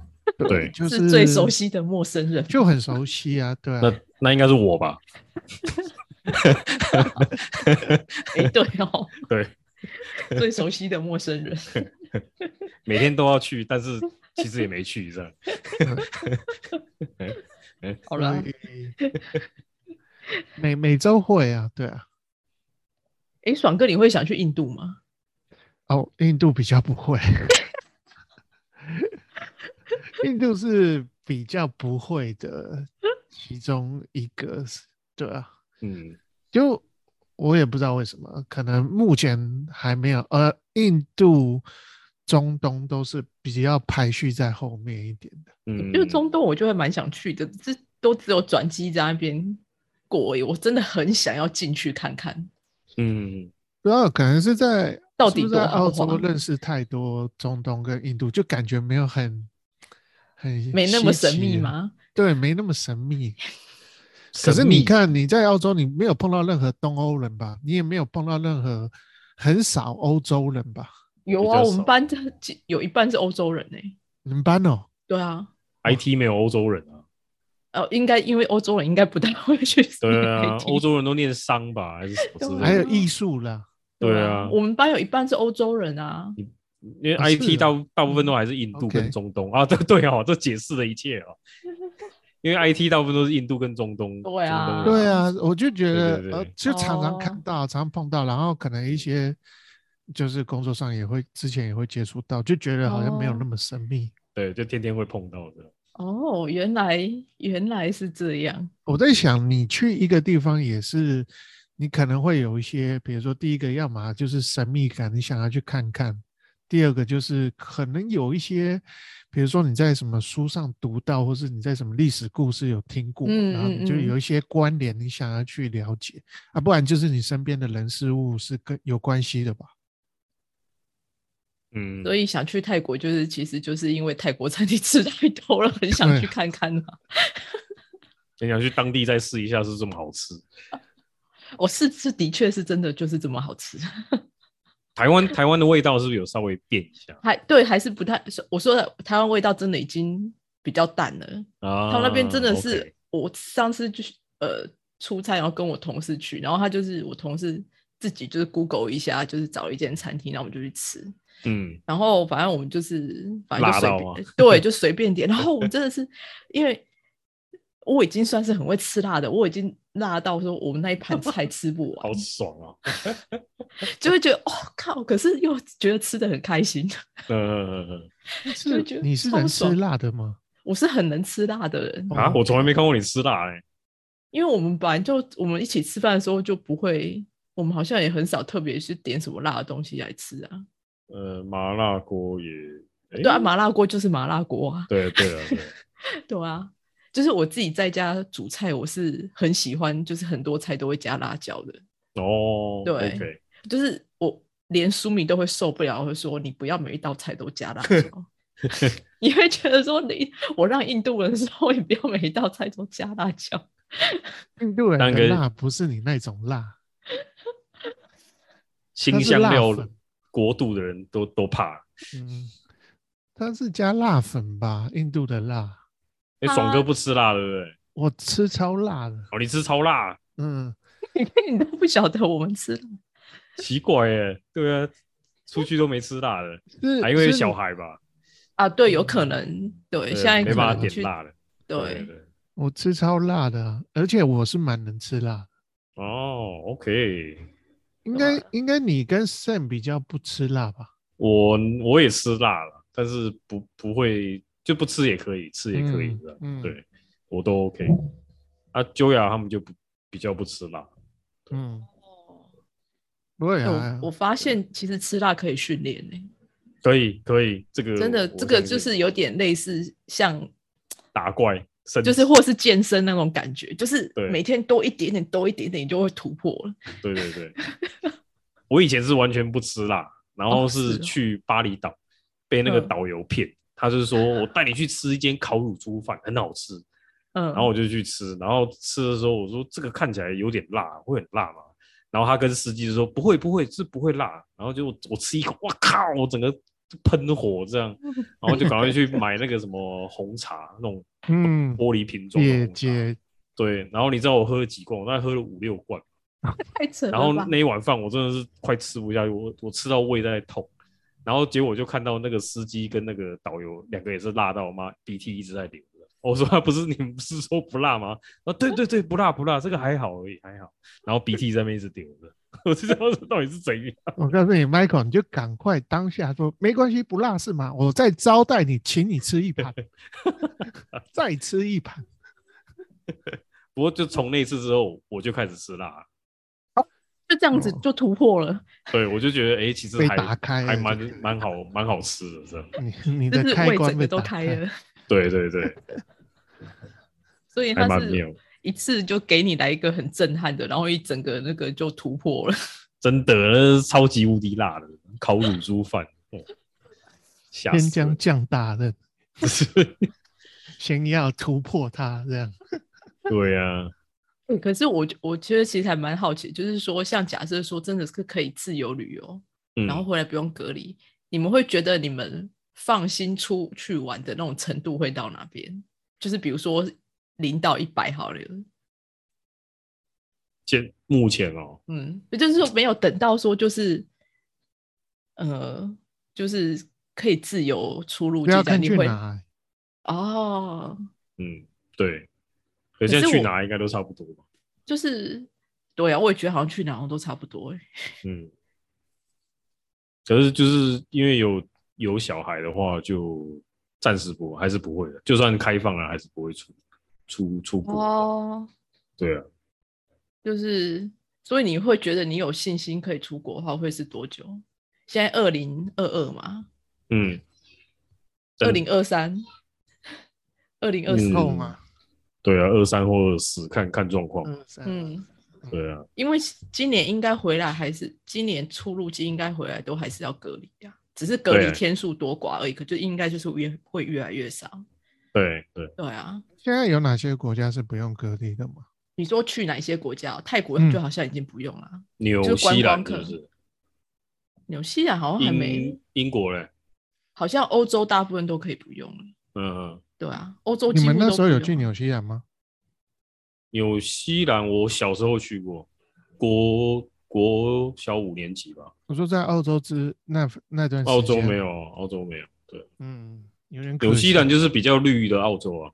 [SPEAKER 1] 对，
[SPEAKER 3] 就是
[SPEAKER 2] 最熟，悉的陌生人。
[SPEAKER 3] 就很熟悉啊，对啊
[SPEAKER 1] 那，那应该是我吧？
[SPEAKER 2] 哎、对哦，
[SPEAKER 1] 对，
[SPEAKER 2] 最熟悉的陌生人。
[SPEAKER 1] 每天都要去，但是其实也没去这样。
[SPEAKER 2] 好了，哎、
[SPEAKER 3] 所以嗯每每周会啊，对啊，
[SPEAKER 2] 哎爽哥，你会想去印度吗？
[SPEAKER 3] 哦，印度比较不会， 印度是比较不会的其中一个，对啊。
[SPEAKER 1] 嗯
[SPEAKER 3] 就我也不知道为什么，可能目前还没有，呃，印度、中东都是比较排序在后面一点的。
[SPEAKER 1] 嗯，
[SPEAKER 2] 就是中东，我就会蛮想去的，这都只有转机在那边过而已，我真的很想要进去看看。
[SPEAKER 1] 嗯
[SPEAKER 3] 不知道，可能是在
[SPEAKER 2] 到
[SPEAKER 3] 是不
[SPEAKER 2] 底
[SPEAKER 3] 是在
[SPEAKER 2] 多豪
[SPEAKER 3] 澳洲
[SPEAKER 2] 华
[SPEAKER 3] 认识太多中东跟印度，就感觉没有很很
[SPEAKER 2] 没那么
[SPEAKER 3] 稀
[SPEAKER 2] 神
[SPEAKER 3] 奇
[SPEAKER 2] 秘
[SPEAKER 3] 啊？
[SPEAKER 2] 吗？
[SPEAKER 3] 对，没那么神秘。可
[SPEAKER 1] 神
[SPEAKER 3] 是你
[SPEAKER 1] 秘
[SPEAKER 3] 看，你在澳洲，你没有碰到任何东欧人吧？你也没有碰到任何很少欧洲人吧？
[SPEAKER 2] 有
[SPEAKER 1] 比
[SPEAKER 2] 啊，
[SPEAKER 1] 较
[SPEAKER 2] 我们
[SPEAKER 1] 少
[SPEAKER 2] 班这几有一半是欧洲人呢、欸
[SPEAKER 3] 你们班哦，
[SPEAKER 2] 对啊，
[SPEAKER 1] IT 没有欧洲人啊，
[SPEAKER 2] 呃，应该因为欧洲人应该不太 会去
[SPEAKER 1] 对 啊
[SPEAKER 2] IT，，
[SPEAKER 1] 欧洲人都念商吧，还是什么之类的，
[SPEAKER 3] 还有
[SPEAKER 2] 对啊
[SPEAKER 3] 艺术啦。
[SPEAKER 1] 对啊
[SPEAKER 2] 我们班有一半是欧洲人啊。
[SPEAKER 1] 因为
[SPEAKER 3] 啊是
[SPEAKER 1] IT 大
[SPEAKER 3] 哦
[SPEAKER 1] 部大部分都还是印度
[SPEAKER 3] OK
[SPEAKER 1] 跟中东啊， 对对哦，这解释了一切哦。因为 IT 大部分都是印度跟中东，
[SPEAKER 2] 对啊
[SPEAKER 1] 中东人
[SPEAKER 3] 对啊，我就觉
[SPEAKER 1] 对
[SPEAKER 3] 得
[SPEAKER 1] 对
[SPEAKER 3] 呃
[SPEAKER 1] 对，
[SPEAKER 3] 就常常
[SPEAKER 2] 哦
[SPEAKER 3] 看到，常常碰到，然后可能一些就是工作上也会，之前也会接触到，就觉得好像没有
[SPEAKER 2] 哦
[SPEAKER 3] 那么神秘。
[SPEAKER 1] 对，就天天会碰到的。
[SPEAKER 2] 哦，原来原来是这样。
[SPEAKER 3] 我在想，你去一个地方也是，你可能会有一些，比如说第一个，要么就是神秘感，你想要去看看；第二个就是可能有一些，比如说你在什么书上读到，或是你在什么历史故事有听过，然后你
[SPEAKER 2] 嗯
[SPEAKER 3] 就
[SPEAKER 2] 嗯嗯
[SPEAKER 3] 有一些关联，你想要去了解啊，不然就是你身边的人事物是跟有关系 的吧。
[SPEAKER 1] 嗯，
[SPEAKER 2] 所以想去泰国，就是其实就是因为泰国餐厅 吃太多了，很
[SPEAKER 3] 对
[SPEAKER 2] 想去看看啊。
[SPEAKER 1] 很想去当地再试一下是这么好吃。
[SPEAKER 2] 我哦是是的确是真的就是这么好吃，
[SPEAKER 1] 台湾台湾的味道是不是有稍微变一下
[SPEAKER 2] 还对还是不太。我说的台湾味道真的已经比较淡了，
[SPEAKER 1] 啊？
[SPEAKER 2] 他们那边真
[SPEAKER 3] 嗯
[SPEAKER 2] 的
[SPEAKER 1] OK
[SPEAKER 2] 是，我上次就是呃出差，然后跟我同事去，然后他就是我同事自己就是 Google 一下，就是找一间餐厅，然后我们就去吃，
[SPEAKER 1] 嗯，
[SPEAKER 2] 然后反正我们就是反正就
[SPEAKER 1] 辣
[SPEAKER 2] 随
[SPEAKER 1] 到
[SPEAKER 2] 便、
[SPEAKER 1] 啊
[SPEAKER 2] 对就随便点，然后我们真的是因为我已经算是很会吃辣的，我已经辣到说我们那一盘 菜吃不完
[SPEAKER 1] 好，爽 啊！
[SPEAKER 2] 就会觉得哦靠，可是又觉得吃的很开心，
[SPEAKER 1] 嗯
[SPEAKER 2] 就觉
[SPEAKER 3] 是
[SPEAKER 2] 得
[SPEAKER 3] 你是
[SPEAKER 2] 超
[SPEAKER 3] 能吃
[SPEAKER 2] 爽
[SPEAKER 3] 辣的吗？
[SPEAKER 2] 我是很能吃辣的人。
[SPEAKER 3] 哦
[SPEAKER 1] 啊，我从来没看过你吃辣哎。
[SPEAKER 2] 因为我们本来就我们一起吃饭的时候就不会，我们好像也很少特别去点什么辣的东西来吃啊。
[SPEAKER 1] 呃，麻辣锅也诶
[SPEAKER 2] 对啊，麻辣锅就是麻辣锅啊，
[SPEAKER 1] 对对啊，对啊
[SPEAKER 2] 对啊，就是我自己在家煮菜，我是很喜欢，就是很多菜都会加辣椒的，
[SPEAKER 1] 哦，
[SPEAKER 2] 对
[SPEAKER 1] OK，
[SPEAKER 2] 就是我连苏米都会受不了，会说你不要每一道菜都加 辣椒。你会觉得说你我让印度人说你不要每一道菜都加辣椒，
[SPEAKER 3] 印度人
[SPEAKER 1] 当
[SPEAKER 3] 的
[SPEAKER 1] 个
[SPEAKER 3] 嗯辣不是你那种辣，
[SPEAKER 1] 新香料
[SPEAKER 3] 它是辣粉
[SPEAKER 1] 国度的人都都怕。
[SPEAKER 3] 嗯，它是加辣粉吧？印度的辣，
[SPEAKER 1] 哎，
[SPEAKER 2] 啊
[SPEAKER 1] 爽哥不吃辣，对不对？
[SPEAKER 3] 我吃超辣的，
[SPEAKER 1] 哦，你吃超辣，
[SPEAKER 3] 嗯，
[SPEAKER 2] 你看你都不晓得我们吃辣
[SPEAKER 1] 奇怪耶。对啊，出去都没吃辣的，
[SPEAKER 3] 是
[SPEAKER 1] 还因为
[SPEAKER 3] 是
[SPEAKER 1] 小孩吧，
[SPEAKER 2] 啊，对，有可能，对，
[SPEAKER 1] 对啊
[SPEAKER 2] 现在
[SPEAKER 1] 没
[SPEAKER 2] 可
[SPEAKER 1] 办
[SPEAKER 2] 能
[SPEAKER 1] 法
[SPEAKER 2] 去
[SPEAKER 1] 点辣的。
[SPEAKER 2] 对，
[SPEAKER 1] 对，
[SPEAKER 3] 我吃超辣的啊，而且我是蛮能吃辣的。
[SPEAKER 1] 哦，OK，
[SPEAKER 2] 对
[SPEAKER 3] 应该
[SPEAKER 2] 吧
[SPEAKER 3] 应该你跟 Sam 比较不吃辣吧？
[SPEAKER 1] 我我也吃辣了，但是不不会就不吃也可以，吃也可以
[SPEAKER 3] 嗯
[SPEAKER 1] 这样
[SPEAKER 3] 嗯
[SPEAKER 1] 对我都 OK。啊，九雅他们就不比较不吃辣，
[SPEAKER 3] 嗯，不会
[SPEAKER 2] 对
[SPEAKER 3] 啊
[SPEAKER 2] 哦我，我发现其实吃辣可以训练呢、欸
[SPEAKER 1] 可以可以，这个
[SPEAKER 2] 真的，
[SPEAKER 1] 我
[SPEAKER 2] 这个
[SPEAKER 1] 相
[SPEAKER 2] 就
[SPEAKER 1] 信
[SPEAKER 2] 是有点类似像
[SPEAKER 1] 打怪升级，
[SPEAKER 2] 就是或是健身那种感觉，就是
[SPEAKER 1] 对
[SPEAKER 2] 每天多一点点，多一点点，你就会突破了。
[SPEAKER 1] 对对对，我以前是完全不吃辣，然后
[SPEAKER 2] 哦是
[SPEAKER 1] 是
[SPEAKER 2] 哦
[SPEAKER 1] 去巴厘岛被那个
[SPEAKER 2] 嗯
[SPEAKER 1] 导游骗，他就是 说我带你去吃一间烤乳猪饭，很好吃，
[SPEAKER 2] 嗯，
[SPEAKER 1] 然后我就去吃，然后吃的时候我说这个看起来有点辣，会很辣吗？然后他跟司机就说不会不会是不会辣，然后就我吃一口，哇靠，我整个喷火这 样，然后就赶快去买那个什么红茶那种
[SPEAKER 3] 嗯，
[SPEAKER 1] 玻璃瓶装的红
[SPEAKER 3] 姐
[SPEAKER 1] 茶，
[SPEAKER 3] 姐，
[SPEAKER 1] 对，然后你知道我喝了几罐，我大概喝了五六罐。
[SPEAKER 2] 太 扯
[SPEAKER 1] 然后
[SPEAKER 2] 了吧？
[SPEAKER 1] 那一碗饭我真的是快吃不下去，我我吃到胃在痛。然后结果我就看到那个司机跟那个导游两个也是辣到我妈鼻涕一直在流。我说啊不是你 们不是说不辣吗？啊对对对，不辣不辣，这个还好而已还好。然后鼻涕在那边一直流的， 我就知道这到底是怎样。
[SPEAKER 3] 我告诉你，Michael，你就赶快当下说没关系，不辣是吗？我再招待你，请你吃 一盘，再吃一盘。
[SPEAKER 1] 不过就从那次之后，我就开始吃辣了，
[SPEAKER 2] 就这样
[SPEAKER 1] 嗯
[SPEAKER 2] 子就突破了，
[SPEAKER 1] 对我就觉得哎、其实
[SPEAKER 3] 被
[SPEAKER 1] 还
[SPEAKER 3] 打开了
[SPEAKER 1] 还
[SPEAKER 3] 就
[SPEAKER 1] 蛮
[SPEAKER 3] 是
[SPEAKER 1] 蛮好蛮好吃的这样。
[SPEAKER 3] 你你
[SPEAKER 2] 就
[SPEAKER 3] 的
[SPEAKER 2] 是
[SPEAKER 3] 开
[SPEAKER 2] 胃
[SPEAKER 3] 关
[SPEAKER 2] 整
[SPEAKER 3] 被
[SPEAKER 2] 个都
[SPEAKER 3] 打
[SPEAKER 2] 开
[SPEAKER 3] 开，
[SPEAKER 2] 了。
[SPEAKER 1] 对对 对，
[SPEAKER 2] 所以
[SPEAKER 1] 还
[SPEAKER 2] 它
[SPEAKER 1] 蛮
[SPEAKER 2] 是
[SPEAKER 1] 妙，
[SPEAKER 2] 一次就给你来一个很震撼的，然后一整个那个就突破了。
[SPEAKER 1] 真的那是超级无敌辣的烤乳猪饭。哦吓
[SPEAKER 3] 天
[SPEAKER 1] 死人
[SPEAKER 3] 将降大任，
[SPEAKER 1] 是，
[SPEAKER 3] 先要突破它，这样。
[SPEAKER 1] 对啊呀、
[SPEAKER 2] 对，可是我我觉得其实还蛮好奇，就是说，像假设说真的是可以自由旅游，
[SPEAKER 1] 嗯，
[SPEAKER 2] 然后回来不用隔离，你们会觉得你们放心出去玩的那种程度会到哪边？就是比如说零到一百好了，
[SPEAKER 1] 现目前哦，
[SPEAKER 2] 嗯，也就是说没有等到说就是呃，就是可以自由出入
[SPEAKER 3] 不
[SPEAKER 2] 境
[SPEAKER 3] 要
[SPEAKER 2] 这样，
[SPEAKER 3] 看
[SPEAKER 2] 你
[SPEAKER 3] 去
[SPEAKER 2] 会
[SPEAKER 3] 哪，
[SPEAKER 2] 哦，
[SPEAKER 1] 嗯，对，可
[SPEAKER 2] 可
[SPEAKER 1] 是现在
[SPEAKER 2] 是
[SPEAKER 1] 去
[SPEAKER 2] 我
[SPEAKER 1] 哪应该都差不多吧，
[SPEAKER 2] 就是对啊，我也觉得好像去哪好像都差不多欸，
[SPEAKER 1] 嗯，可是就是因为有有小孩的话，就暂时不还是不会的，就算开放了，还是不会出出出国，
[SPEAKER 2] 哦，
[SPEAKER 1] 对啊，
[SPEAKER 2] 就是，所以你会觉得你有信心可以出国的话，会是多久？现在二零二二嘛，
[SPEAKER 1] 嗯，
[SPEAKER 2] 二
[SPEAKER 1] 真的
[SPEAKER 2] 零二三，二零二
[SPEAKER 1] 嗯
[SPEAKER 2] 四，
[SPEAKER 3] 够吗？
[SPEAKER 1] 对啊，二三或者四看看状况，
[SPEAKER 3] 二三，
[SPEAKER 2] 嗯，
[SPEAKER 1] 对啊，
[SPEAKER 2] 因为今年应该回来还是今年出入境应该回来都还是要隔离呀、只是隔离
[SPEAKER 1] 对
[SPEAKER 2] 天数多寡而已，可就应该就是越会越来越少。
[SPEAKER 1] 对对，
[SPEAKER 2] 对啊，
[SPEAKER 3] 现在有哪些国家是不用隔离的吗？
[SPEAKER 2] 你说去哪些国家？泰国
[SPEAKER 3] 嗯
[SPEAKER 2] 就好像已经不用了，
[SPEAKER 1] 纽
[SPEAKER 2] 就是观
[SPEAKER 1] 西兰
[SPEAKER 2] 光客
[SPEAKER 1] 是不是？
[SPEAKER 2] 纽西兰好
[SPEAKER 3] 哦
[SPEAKER 2] 像还没
[SPEAKER 3] 嗯
[SPEAKER 1] 英，英国嘞，
[SPEAKER 2] 好像欧洲大部分都可以不用了。
[SPEAKER 1] 嗯嗯。
[SPEAKER 2] 对啊，欧洲
[SPEAKER 3] 你
[SPEAKER 2] 几
[SPEAKER 3] 们
[SPEAKER 2] 乎
[SPEAKER 3] 那
[SPEAKER 2] 都
[SPEAKER 3] 时候
[SPEAKER 2] 不用
[SPEAKER 3] 有去
[SPEAKER 2] 了
[SPEAKER 3] 纽西兰吗？
[SPEAKER 1] 纽西兰我小时候去过，国国小五年级吧。
[SPEAKER 3] 我说在澳洲之那那段时间，
[SPEAKER 1] 澳洲没，有，澳洲没有。对，
[SPEAKER 3] 嗯，有点可惜。
[SPEAKER 1] 纽西兰就是比较绿的澳洲啊，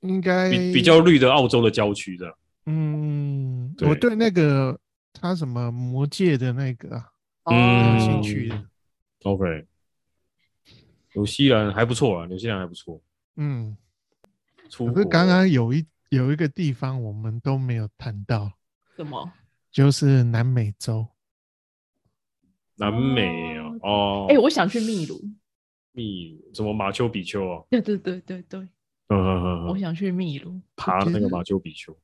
[SPEAKER 3] 应该
[SPEAKER 1] 比比较绿的澳洲的郊区的。
[SPEAKER 3] 嗯，
[SPEAKER 1] 对
[SPEAKER 3] 我对那个他什么魔界的那个啊
[SPEAKER 1] 嗯
[SPEAKER 3] 有
[SPEAKER 2] 哦
[SPEAKER 3] 兴趣的，
[SPEAKER 1] OK，纽西兰还不错啊，纽西兰还不错。
[SPEAKER 3] 嗯，
[SPEAKER 1] 出
[SPEAKER 3] 可
[SPEAKER 1] 国
[SPEAKER 3] 是刚刚有一有一个地方我们都没有谈到，
[SPEAKER 2] 什么？
[SPEAKER 3] 就是南美洲，
[SPEAKER 1] 南美啊，哦，
[SPEAKER 2] 哎、我想去秘鲁。
[SPEAKER 1] 秘什么马丘比丘啊，
[SPEAKER 2] 对对对对对，
[SPEAKER 1] 嗯
[SPEAKER 3] 哦
[SPEAKER 1] 嗯
[SPEAKER 2] 我
[SPEAKER 1] 嗯嗯，
[SPEAKER 2] 想去秘鲁，
[SPEAKER 1] 爬
[SPEAKER 3] 其
[SPEAKER 1] 那个
[SPEAKER 3] 实
[SPEAKER 1] 马丘比丘，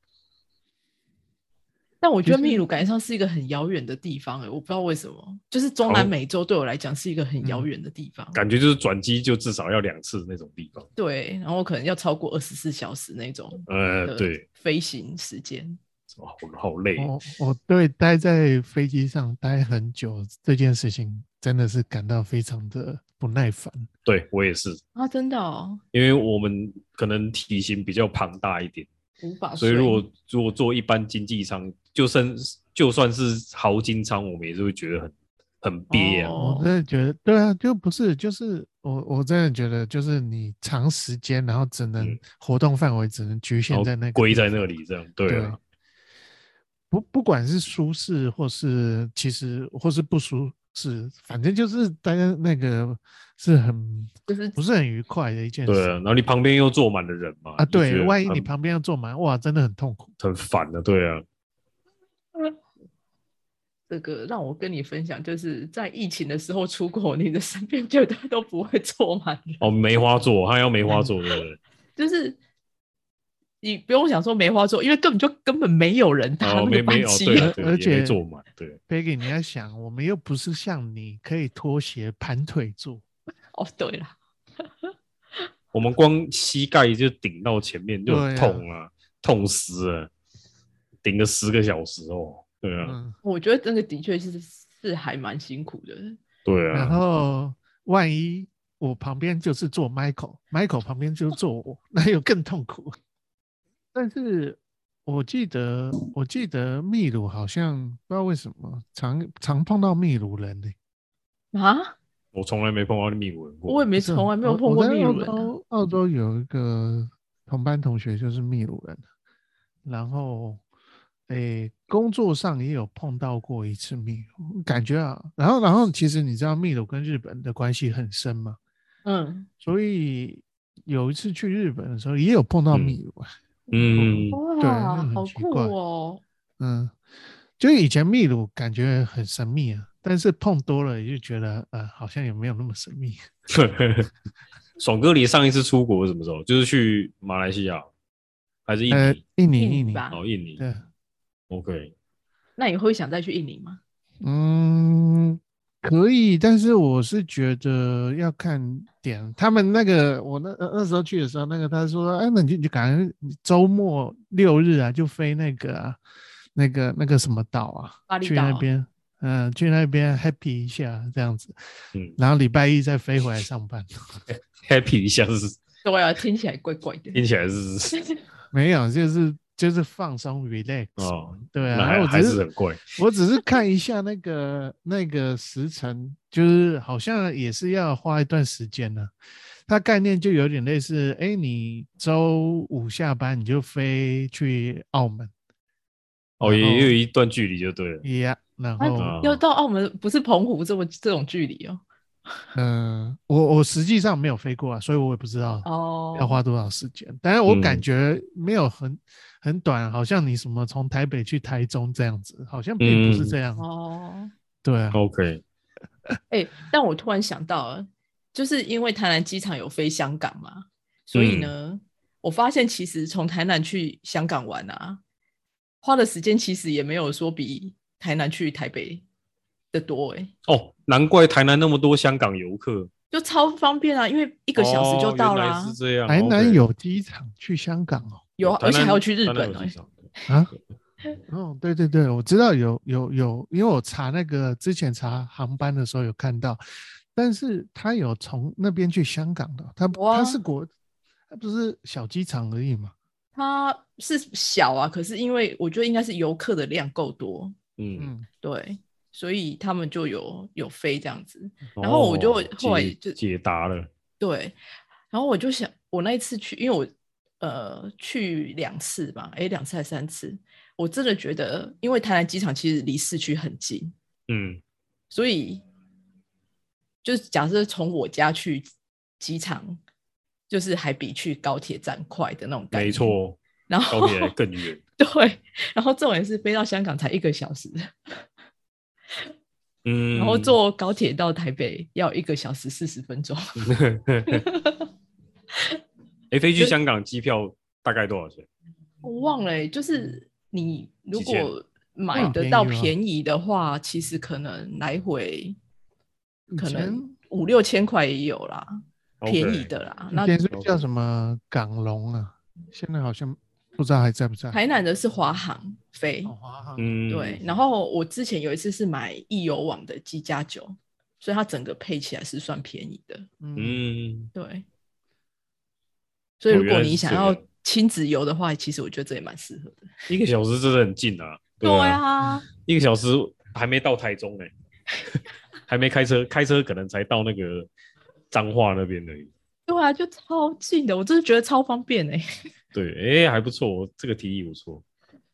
[SPEAKER 2] 但我
[SPEAKER 1] 嗯
[SPEAKER 2] 觉得
[SPEAKER 3] 就是
[SPEAKER 2] 秘鲁感觉上是一个很遥远的地方、欸，我不知道为什么，就是中
[SPEAKER 1] 好
[SPEAKER 2] 南美洲对我来讲是一个很遥
[SPEAKER 3] 嗯
[SPEAKER 2] 远的地方。
[SPEAKER 1] 哦感觉就是转机就至少要两次那种地方。
[SPEAKER 2] 对，然后可能要超过二十四小时那种
[SPEAKER 1] 呃，
[SPEAKER 2] 的
[SPEAKER 1] 对，
[SPEAKER 2] 飞行时间。
[SPEAKER 1] 哇好好累。啊
[SPEAKER 3] 我我对待在飞机上待很久这件事情真的是感到非常的不耐烦。
[SPEAKER 1] 对我也是，
[SPEAKER 2] 啊，真的哦，
[SPEAKER 1] 因为我们可能体型比较庞大一点，
[SPEAKER 2] 无法
[SPEAKER 1] 所
[SPEAKER 2] 睡。
[SPEAKER 1] 以如果如果坐一般经济舱，就算就算是豪金舱，我们也是会觉得很很憋啊。
[SPEAKER 2] 哦
[SPEAKER 3] 我真的觉得，对啊，就不是，就是我我真的觉得，就是你长时间，然后只能
[SPEAKER 1] 嗯
[SPEAKER 3] 活动范围只能局
[SPEAKER 1] 然
[SPEAKER 3] 限
[SPEAKER 1] 后
[SPEAKER 3] 在那个
[SPEAKER 1] 归
[SPEAKER 3] 地
[SPEAKER 1] 在
[SPEAKER 3] 方
[SPEAKER 1] 那里，这样对啊，
[SPEAKER 3] 不不管是舒适或是其实或是不舒适，反正就是大家那个是很
[SPEAKER 2] 就是
[SPEAKER 3] 不是很愉快的一件
[SPEAKER 1] 对啊嗯
[SPEAKER 3] 事
[SPEAKER 1] 然后你旁边又坐满了人嘛，
[SPEAKER 3] 啊。
[SPEAKER 1] 就觉
[SPEAKER 3] 对，
[SPEAKER 1] 得
[SPEAKER 3] 万一你
[SPEAKER 1] 很
[SPEAKER 3] 旁边要坐满，哇，真的很痛苦。
[SPEAKER 1] 很烦的，对啊，
[SPEAKER 2] 这个让我跟你分享，就是在疫情的时候出国，你的身边绝对都不会坐满人。
[SPEAKER 1] 哦，梅花座，他要梅花座，对不对？
[SPEAKER 2] 就是你不用想说梅花座，因为根本就根本没有人搭
[SPEAKER 1] 哦，
[SPEAKER 2] 那
[SPEAKER 1] 没没
[SPEAKER 2] 个班
[SPEAKER 1] 有，
[SPEAKER 2] 机
[SPEAKER 1] 对
[SPEAKER 2] 啊、
[SPEAKER 1] 啊，对，
[SPEAKER 3] 而
[SPEAKER 1] 也没
[SPEAKER 3] 且
[SPEAKER 1] 坐满，对，啊
[SPEAKER 3] Peggy，你要想，我们又不是像你可以脱鞋盘腿坐，
[SPEAKER 2] 哦，对了，
[SPEAKER 1] 我们光膝盖就顶到前面就
[SPEAKER 3] 对啊
[SPEAKER 1] 痛啊，痛死了，顶个十个小时哦，对啊，
[SPEAKER 3] 嗯，
[SPEAKER 2] 我觉得这个的确是是还蛮辛苦的。
[SPEAKER 1] 对
[SPEAKER 3] 然
[SPEAKER 1] 啊，
[SPEAKER 3] 后万一我旁边就是坐 Michael，Michael 旁边就是坐我，那又更痛苦。但是我记得，我记得秘鲁好像不知道为什么常常碰到秘鲁人呢、
[SPEAKER 2] 啊，
[SPEAKER 1] 我从来没碰到秘鲁人过，
[SPEAKER 2] 我也没
[SPEAKER 3] 是
[SPEAKER 2] 从来没有
[SPEAKER 3] 我
[SPEAKER 2] 碰
[SPEAKER 3] 我
[SPEAKER 2] 过
[SPEAKER 3] 在
[SPEAKER 2] 秘
[SPEAKER 3] 澳
[SPEAKER 2] 鲁人啊、
[SPEAKER 3] 洲澳洲有一个同班同学就是秘鲁人，然后诶，工作上也有碰到过一次秘鲁，感觉啊，然后然后其实你知道秘鲁跟日本的关系很深嘛，
[SPEAKER 2] 嗯，
[SPEAKER 3] 所以有一次去日本的时候也有碰到
[SPEAKER 1] 嗯
[SPEAKER 3] 秘鲁啊，
[SPEAKER 1] 嗯，
[SPEAKER 3] 对
[SPEAKER 2] 哇，
[SPEAKER 3] 那很
[SPEAKER 2] 好
[SPEAKER 3] 奇
[SPEAKER 2] 酷
[SPEAKER 3] 怪
[SPEAKER 2] 哦！
[SPEAKER 3] 嗯，就以前秘鲁感觉很神秘啊，但是碰多了也就觉得呃好像也没有那么神秘。
[SPEAKER 1] 爽哥离上一次出国是什么时候？就是去马来西亚还是印
[SPEAKER 3] 呃
[SPEAKER 1] 尼？，
[SPEAKER 3] 印尼
[SPEAKER 2] 印尼
[SPEAKER 3] 印尼，
[SPEAKER 2] 吧
[SPEAKER 1] 哦，印尼。
[SPEAKER 3] 对。
[SPEAKER 1] OK，
[SPEAKER 2] 那你会想再去印尼吗？
[SPEAKER 3] 嗯，可以，但是我是觉得要看点。他们那个，我那呃那时候去的时候，那个他说，哎，那你就你赶快你周末六日啊，就飞那个啊，那个那个什么岛啊，
[SPEAKER 2] 巴厘
[SPEAKER 3] 去那
[SPEAKER 2] 岛
[SPEAKER 3] 边，嗯、去那边 happy 一下这样子，
[SPEAKER 1] 嗯
[SPEAKER 3] 然后礼拜一再飞回来上班。
[SPEAKER 1] ，Happy 一下是
[SPEAKER 2] 对啊，听起来怪怪的。
[SPEAKER 1] 听起 来是
[SPEAKER 3] 没有，就是就是放松 relax。
[SPEAKER 1] 哦，
[SPEAKER 3] 对
[SPEAKER 1] 那
[SPEAKER 3] 啊，
[SPEAKER 1] 还
[SPEAKER 3] 我
[SPEAKER 1] 还
[SPEAKER 3] 只
[SPEAKER 1] 是很贵。
[SPEAKER 3] 我只是看一下那个那个时辰，就是好像也是要花一段时间呢、它概念就有点类似，哎，你周五下班你就飞去澳门，
[SPEAKER 1] 哦，
[SPEAKER 3] 然后
[SPEAKER 1] 也有一段距离就对了。
[SPEAKER 3] 呀、然
[SPEAKER 2] 啊
[SPEAKER 3] 后
[SPEAKER 1] 哦
[SPEAKER 2] 要到澳门不是澎湖这么这种距离哦。
[SPEAKER 3] 嗯、呃我我实际上没有飞过啊，所以我也不知道要
[SPEAKER 2] 哦，
[SPEAKER 3] 花多少时间。当然，我感
[SPEAKER 1] 嗯
[SPEAKER 3] 觉没有很很短，好像你什么从台北去台中这样子，好像并不是
[SPEAKER 1] 嗯
[SPEAKER 3] 这样。
[SPEAKER 2] 哦，
[SPEAKER 3] 对啊，
[SPEAKER 1] OK，
[SPEAKER 2] 哎、但我突然想到了，就是因为台南机场有飞香港嘛，所以呢，
[SPEAKER 3] 嗯
[SPEAKER 2] 我发现其实从台南去香港玩啊，花的时间其实也没有说比台南去台北的多哎、
[SPEAKER 1] 哦，难怪台南那么多香港游客，
[SPEAKER 2] 就超方便啊，因为一
[SPEAKER 1] 一
[SPEAKER 2] 个小时就到啦、
[SPEAKER 1] 哦是这样，
[SPEAKER 3] 台
[SPEAKER 1] OK
[SPEAKER 3] 南有机场去香港哦。
[SPEAKER 2] 有啊，
[SPEAKER 1] 台
[SPEAKER 2] 而且
[SPEAKER 1] 南
[SPEAKER 2] 还要去日
[SPEAKER 1] 台南
[SPEAKER 2] 本欸
[SPEAKER 1] 有
[SPEAKER 2] 呢、
[SPEAKER 1] 机场
[SPEAKER 3] 啊，哦，对对对，我知道有有有，因为我查那个之前查航班的时候有看到，但是他有从那边去香港的，他他
[SPEAKER 2] 哇
[SPEAKER 3] 是国，他不是小机场而已嘛，
[SPEAKER 2] 它是小啊，可是因为我觉得应该是游客的量够多，
[SPEAKER 1] 嗯，
[SPEAKER 3] 嗯，
[SPEAKER 2] 对，所以他们就有有飞这样子。然后我就
[SPEAKER 1] 哦
[SPEAKER 2] 后来
[SPEAKER 1] 解
[SPEAKER 2] 就
[SPEAKER 1] 解答了，
[SPEAKER 2] 对，然后我就想，我那一次去，因为我呃去两次吧，诶，两次还是三次，我真的觉得，因为台南机场其实离市区很近，
[SPEAKER 1] 嗯
[SPEAKER 2] 所以就是假设从我家去机场，就是还比去高铁站快的那种感觉。
[SPEAKER 1] 没。错，
[SPEAKER 2] 然后
[SPEAKER 1] 高铁还更远，
[SPEAKER 2] 对，然后重点是飞到香港才一个小时，
[SPEAKER 1] 嗯，
[SPEAKER 2] 然后 坐高铁到台北要一个小时四十分钟。
[SPEAKER 1] 嗯哎，飞去香港机票大概多少钱？
[SPEAKER 2] 我忘了欸、就是你如
[SPEAKER 1] 几千
[SPEAKER 2] 果买
[SPEAKER 3] 嗯
[SPEAKER 2] 得
[SPEAKER 3] 便
[SPEAKER 2] 到
[SPEAKER 3] 宜吗
[SPEAKER 2] 便宜的话，其实可能来回
[SPEAKER 3] 以
[SPEAKER 2] 可
[SPEAKER 3] 前
[SPEAKER 2] 能五六千块也有啦，便宜
[SPEAKER 1] OK，
[SPEAKER 2] 的啦。
[SPEAKER 3] 嗯以
[SPEAKER 2] 那
[SPEAKER 3] 前是
[SPEAKER 1] ，OK
[SPEAKER 3] 叫什么港龙啊，现在好像不知道还在不在，
[SPEAKER 2] 台南的是华航飞，
[SPEAKER 3] 哦华航
[SPEAKER 1] 嗯，
[SPEAKER 2] 对。然后我之前有一次是买易游网的机加酒，所以它整个配起来是算便宜的，
[SPEAKER 3] 嗯，
[SPEAKER 1] 嗯，
[SPEAKER 2] 对。所以
[SPEAKER 1] 哦
[SPEAKER 2] 如
[SPEAKER 1] 原
[SPEAKER 2] 果
[SPEAKER 1] 来
[SPEAKER 2] 你
[SPEAKER 1] 是
[SPEAKER 2] 想
[SPEAKER 1] 这
[SPEAKER 2] 要
[SPEAKER 1] 样
[SPEAKER 2] 亲子游的话，其实我觉得这也蛮适合的。
[SPEAKER 1] 一个小时真的很近啊，
[SPEAKER 2] 对
[SPEAKER 1] 啊，
[SPEAKER 2] 啊，
[SPEAKER 1] 一个小时还没到台中呢，欸 还没开车，开车可能才到那个彰化那边而已。
[SPEAKER 2] 对啊，就超近的，我真的觉得超方便哎、
[SPEAKER 1] 对，哎，还不错，这个提议不错。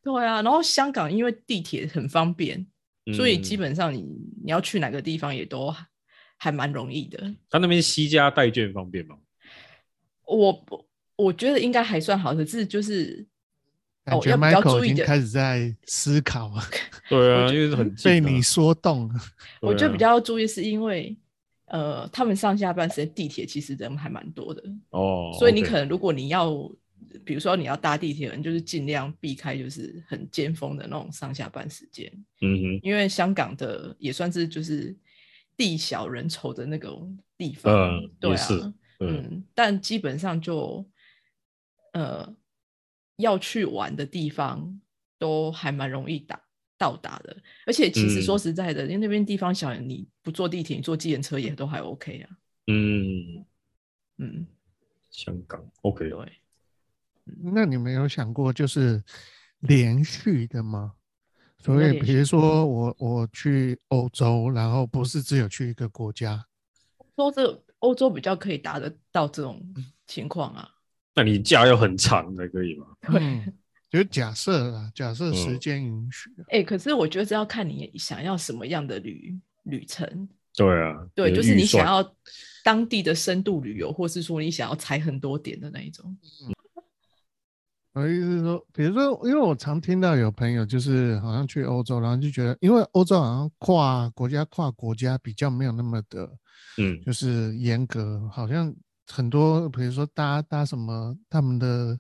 [SPEAKER 2] 对啊，然后香港因为地铁很方便，所以
[SPEAKER 1] 嗯
[SPEAKER 2] 基本上你你要去哪个地方也都还还蛮容易的。
[SPEAKER 1] 他那边西加带券方便吗？
[SPEAKER 2] 我不我觉得应该还算好，可是就是
[SPEAKER 3] 感
[SPEAKER 2] 哦
[SPEAKER 3] 觉
[SPEAKER 2] 要比较
[SPEAKER 3] Michael
[SPEAKER 2] 注
[SPEAKER 3] 已
[SPEAKER 2] 意
[SPEAKER 3] 经
[SPEAKER 2] 的，
[SPEAKER 3] 开始在思考 了，
[SPEAKER 1] 对
[SPEAKER 2] 我
[SPEAKER 1] 啊，
[SPEAKER 2] 觉
[SPEAKER 1] 因为是很近、啊。
[SPEAKER 3] 被你说动了，
[SPEAKER 2] 我觉
[SPEAKER 1] 对
[SPEAKER 2] 得
[SPEAKER 1] 啊
[SPEAKER 2] 比较要注意是因为，呃，他们上下班时间地铁其实人还蛮多的，
[SPEAKER 1] 哦，
[SPEAKER 2] 所以你
[SPEAKER 1] OK
[SPEAKER 2] 可能如果你要，比如说你要搭地铁，你就是尽量避开就是很尖峰的那种上下班时间，
[SPEAKER 1] 嗯
[SPEAKER 2] 因为香港的也算是就是地小人稠的那种地方，
[SPEAKER 1] 嗯
[SPEAKER 2] 对
[SPEAKER 1] 也
[SPEAKER 2] 啊，
[SPEAKER 1] 是哼，
[SPEAKER 2] 嗯，但基本上就呃要去玩的地方都还蛮容易达到达的，而且其实说
[SPEAKER 1] 嗯
[SPEAKER 2] 实在的，因为那边地方小，你不坐地铁，你坐计程车也都还 OK 啊。
[SPEAKER 1] 嗯嗯，
[SPEAKER 2] 嗯，
[SPEAKER 1] 香港 OK，
[SPEAKER 2] 对，
[SPEAKER 3] 那你们有想过就是连续的吗？所
[SPEAKER 2] 么叫
[SPEAKER 3] 谓
[SPEAKER 2] 连
[SPEAKER 3] 比如说我我去欧洲，然后不是只有去一个国家，
[SPEAKER 2] 说这欧洲比较可以达得到这种情况啊。
[SPEAKER 1] 那你假要很长才可以吗？
[SPEAKER 2] 对
[SPEAKER 3] 嗯，就假设啦，假设时
[SPEAKER 1] 嗯
[SPEAKER 3] 间允许，
[SPEAKER 2] 哎、可是我觉得这要看你想要什么样的旅旅程。
[SPEAKER 1] 对啊，
[SPEAKER 2] 对，
[SPEAKER 1] 的
[SPEAKER 2] 就是
[SPEAKER 1] 预
[SPEAKER 2] 你想
[SPEAKER 1] 算
[SPEAKER 2] 要当地的深度旅游，或是说你想要踩很多点的那一种。
[SPEAKER 3] 我的意思是说，比如说，因为我常听到有朋友就是好像去欧洲，然后就觉得，因为欧洲好像跨国家跨国家比较没有那么的，
[SPEAKER 1] 嗯
[SPEAKER 3] 就是严格，好像很多，比如说搭搭什么他们的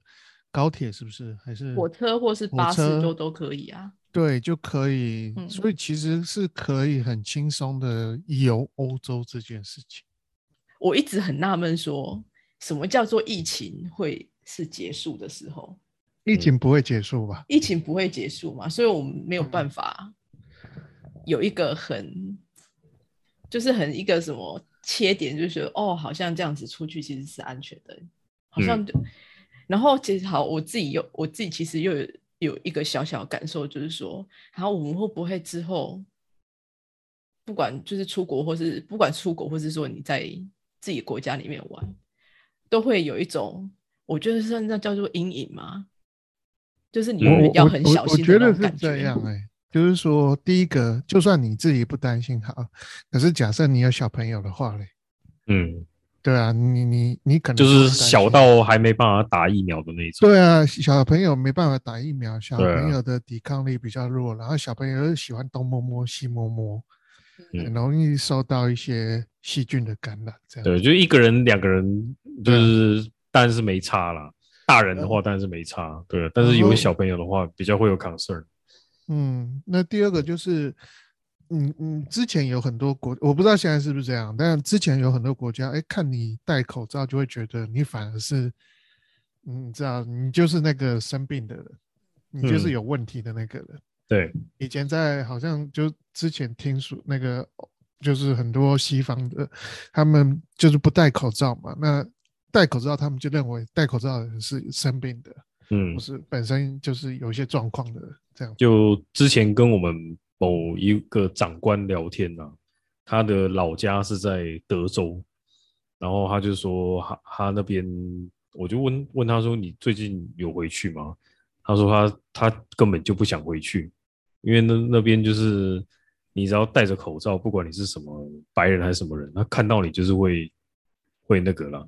[SPEAKER 3] 高铁是不是还是
[SPEAKER 2] 火车或是
[SPEAKER 3] 嗯火
[SPEAKER 2] 巴士都
[SPEAKER 3] 车
[SPEAKER 2] 都可以啊。
[SPEAKER 3] 对就可以，
[SPEAKER 2] 嗯
[SPEAKER 3] 所以其实是可以很轻松的游欧洲这件事情。
[SPEAKER 2] 我一直很纳闷，说什么叫做疫情会是结束的时候？
[SPEAKER 3] 疫
[SPEAKER 1] 嗯
[SPEAKER 3] 情不会结束吧？
[SPEAKER 2] 疫情不会结束嘛？所以我们没有办法有一个很，就是很一个什么切点，就是觉得哦，好像这样子出去其实是安全的，好像就。然后其实好，我自己有我自己其实又有有一个小小的感受，就是说，然后我们会不会之后，不管就是出国或是不管出国，或是说你在自己国家里面玩，都会有一种，我觉得是那叫做阴影嘛，就是你
[SPEAKER 1] 我
[SPEAKER 2] 会
[SPEAKER 1] 我
[SPEAKER 2] 要很小
[SPEAKER 3] 我
[SPEAKER 2] 心的
[SPEAKER 3] 觉
[SPEAKER 2] 那
[SPEAKER 3] 得
[SPEAKER 2] 种
[SPEAKER 3] 是
[SPEAKER 2] 感
[SPEAKER 3] 这
[SPEAKER 2] 觉
[SPEAKER 3] 样。哎、就是说，第一个，就算你自己不担心好，可是假设你有小朋友的话嘞，
[SPEAKER 1] 嗯，
[SPEAKER 3] 对啊，你你你可能
[SPEAKER 1] 就是
[SPEAKER 3] 会担心
[SPEAKER 1] 小到还没办法打疫苗的那种。
[SPEAKER 3] 对啊，小朋友没办法打疫苗，小
[SPEAKER 1] 对啊
[SPEAKER 3] 朋友的抵抗力比较弱，然后小朋友又喜欢东摸摸西摸摸，
[SPEAKER 1] 嗯
[SPEAKER 3] 很容易受到一些细菌的感染。这样
[SPEAKER 1] 对，就一个人、两个人，就
[SPEAKER 3] 对啊嗯
[SPEAKER 1] 是当然是没差啦。大人的话当然是没差，对。啊但是有
[SPEAKER 3] 然后
[SPEAKER 1] 小朋友的话，比较会有 concern。
[SPEAKER 3] 嗯，那第二个就是，嗯嗯，之前有很多国，我不知道现在是不是这样，但之前有很多国家，哎，看你戴口罩就会觉得你反而是，嗯，你知道，你就是那个生病的人，你就
[SPEAKER 1] 嗯
[SPEAKER 3] 是有问题的那个人。
[SPEAKER 1] 对，
[SPEAKER 3] 以前在好像就之前听说那个，就是很多西方的，他们就是不戴口罩嘛，那戴口罩他们就认为戴口罩的人是生病的，
[SPEAKER 1] 嗯
[SPEAKER 3] 不，是本身就是有一些状况的人这样。
[SPEAKER 1] 就之前跟我们某一个长官聊天啊，他的老家是在德州，然后他就说他他那边，我就问问他说你最近有回去吗？他说他他根本就不想回去，因为那那边就是你只要戴着口罩，不管你是什么白人还是什么人，他看到你就是会会那个啦，
[SPEAKER 3] 欸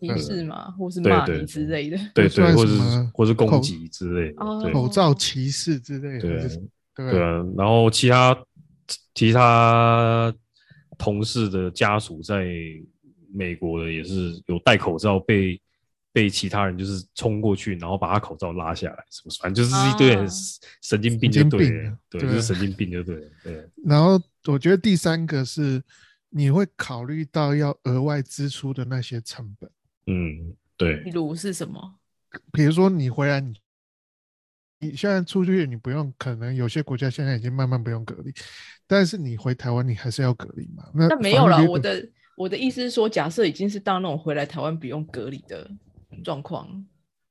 [SPEAKER 2] 歧视嘛，或是
[SPEAKER 1] 对
[SPEAKER 2] 骂
[SPEAKER 1] 对
[SPEAKER 2] 你之类的。
[SPEAKER 1] 对
[SPEAKER 3] 就
[SPEAKER 1] 对，
[SPEAKER 3] 算
[SPEAKER 1] 或者
[SPEAKER 3] 什
[SPEAKER 1] 是
[SPEAKER 3] 么
[SPEAKER 1] 或是攻
[SPEAKER 3] 口
[SPEAKER 1] 击之类
[SPEAKER 2] 哦
[SPEAKER 1] 的，对
[SPEAKER 3] 口罩歧视之类的，
[SPEAKER 1] 对
[SPEAKER 3] 还
[SPEAKER 1] 啊
[SPEAKER 3] 是对
[SPEAKER 1] 对
[SPEAKER 3] 吧
[SPEAKER 1] 啊，然后其他其他同事的家属在美国的也是有戴口罩被被其他人就是冲过去，然后把他口罩拉下来，什么反正就是一堆
[SPEAKER 2] 啊
[SPEAKER 1] 人神经病就
[SPEAKER 3] 神经
[SPEAKER 1] 对
[SPEAKER 3] 病
[SPEAKER 1] 了
[SPEAKER 3] 啊，
[SPEAKER 1] 对，
[SPEAKER 3] 对
[SPEAKER 1] 就是
[SPEAKER 3] 啊
[SPEAKER 1] 神经病就对了，对，
[SPEAKER 3] 然后我觉得第三个是你会考虑到要额外支出的那些成本，
[SPEAKER 1] 嗯，对
[SPEAKER 2] 例，如是什么？
[SPEAKER 3] 比如说你回来你。你现在出去，你不用，可能有些国家现在已经慢慢不用隔离，但是你回台湾，你还是要隔离嘛？ 那
[SPEAKER 2] 那没有
[SPEAKER 3] 了
[SPEAKER 2] 啦，，我的我的意思是说，假设已经是到那种回来台湾不用隔离的状况，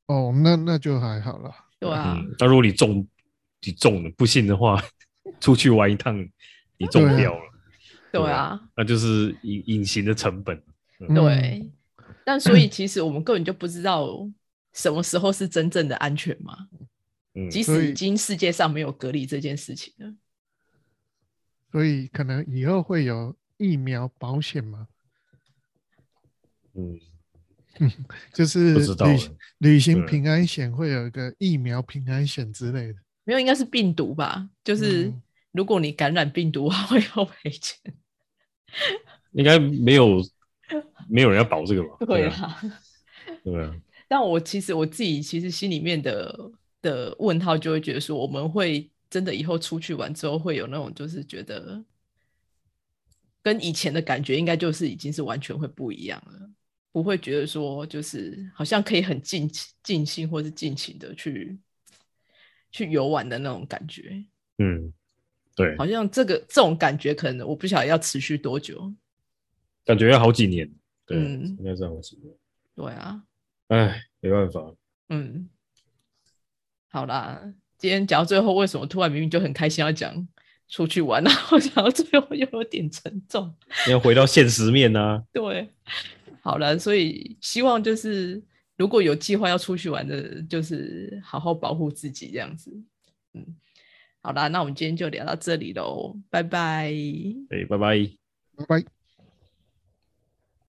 [SPEAKER 3] 哦，那那就还好了。
[SPEAKER 2] 对啊，
[SPEAKER 1] 嗯，那如果你中你中了不幸的话， 出去玩一趟你中
[SPEAKER 3] 对啊
[SPEAKER 1] 标了，
[SPEAKER 2] 对
[SPEAKER 1] 对
[SPEAKER 2] 啊，
[SPEAKER 1] 那就是隐隐形的成本，
[SPEAKER 3] 嗯
[SPEAKER 2] 对。但所以其实我们根本就不知道什么时候是真正的安全嘛。
[SPEAKER 1] 嗯，
[SPEAKER 2] 即
[SPEAKER 3] 所
[SPEAKER 2] 使已
[SPEAKER 3] 以
[SPEAKER 2] 经世界上没有隔离这件事情了，
[SPEAKER 3] 所以可能以后会有疫苗保险嘛，
[SPEAKER 1] 嗯，
[SPEAKER 3] 就是
[SPEAKER 1] 不知道
[SPEAKER 3] 旅
[SPEAKER 1] 欸
[SPEAKER 3] 行旅行
[SPEAKER 1] 对
[SPEAKER 3] 平安险会有一个疫苗平安险之类的。
[SPEAKER 2] 没有应该是病毒吧？就是
[SPEAKER 3] 嗯
[SPEAKER 2] 如果你感染病毒，还会要赔钱。
[SPEAKER 1] 应该没有没有人要保这个吧？
[SPEAKER 2] 对
[SPEAKER 1] 啊，
[SPEAKER 2] 啦。
[SPEAKER 1] 对啊，
[SPEAKER 2] 但我其实我自己其实心里面的的问号就会觉得说，我们会真的以后出去玩之后会有那种就是觉得跟以前的感觉应该就是已经是完全会不一样了，不会觉得说就是好像可以很尽尽兴或是尽情的去去游玩的那种感觉，
[SPEAKER 1] 嗯，对，
[SPEAKER 2] 好像这个这种感觉可能我不晓得要持续多久。
[SPEAKER 1] 感觉要好几年，对啊，
[SPEAKER 2] 嗯
[SPEAKER 1] 应该是好几年。
[SPEAKER 2] 对啊，
[SPEAKER 1] 哎，没办法，
[SPEAKER 2] 嗯，好啦，今天讲到最后，为什么突然明明就很开心要讲出去玩，然后讲到最后又有点沉重？
[SPEAKER 1] 要回到现实面啊。
[SPEAKER 2] 对，好了，所以希望就是如果有计划要出去玩的，就是好好保护自己这样子。嗯，好啦，那我们今天就聊到这里喽，拜拜。
[SPEAKER 1] 哎，拜拜。
[SPEAKER 3] 拜拜。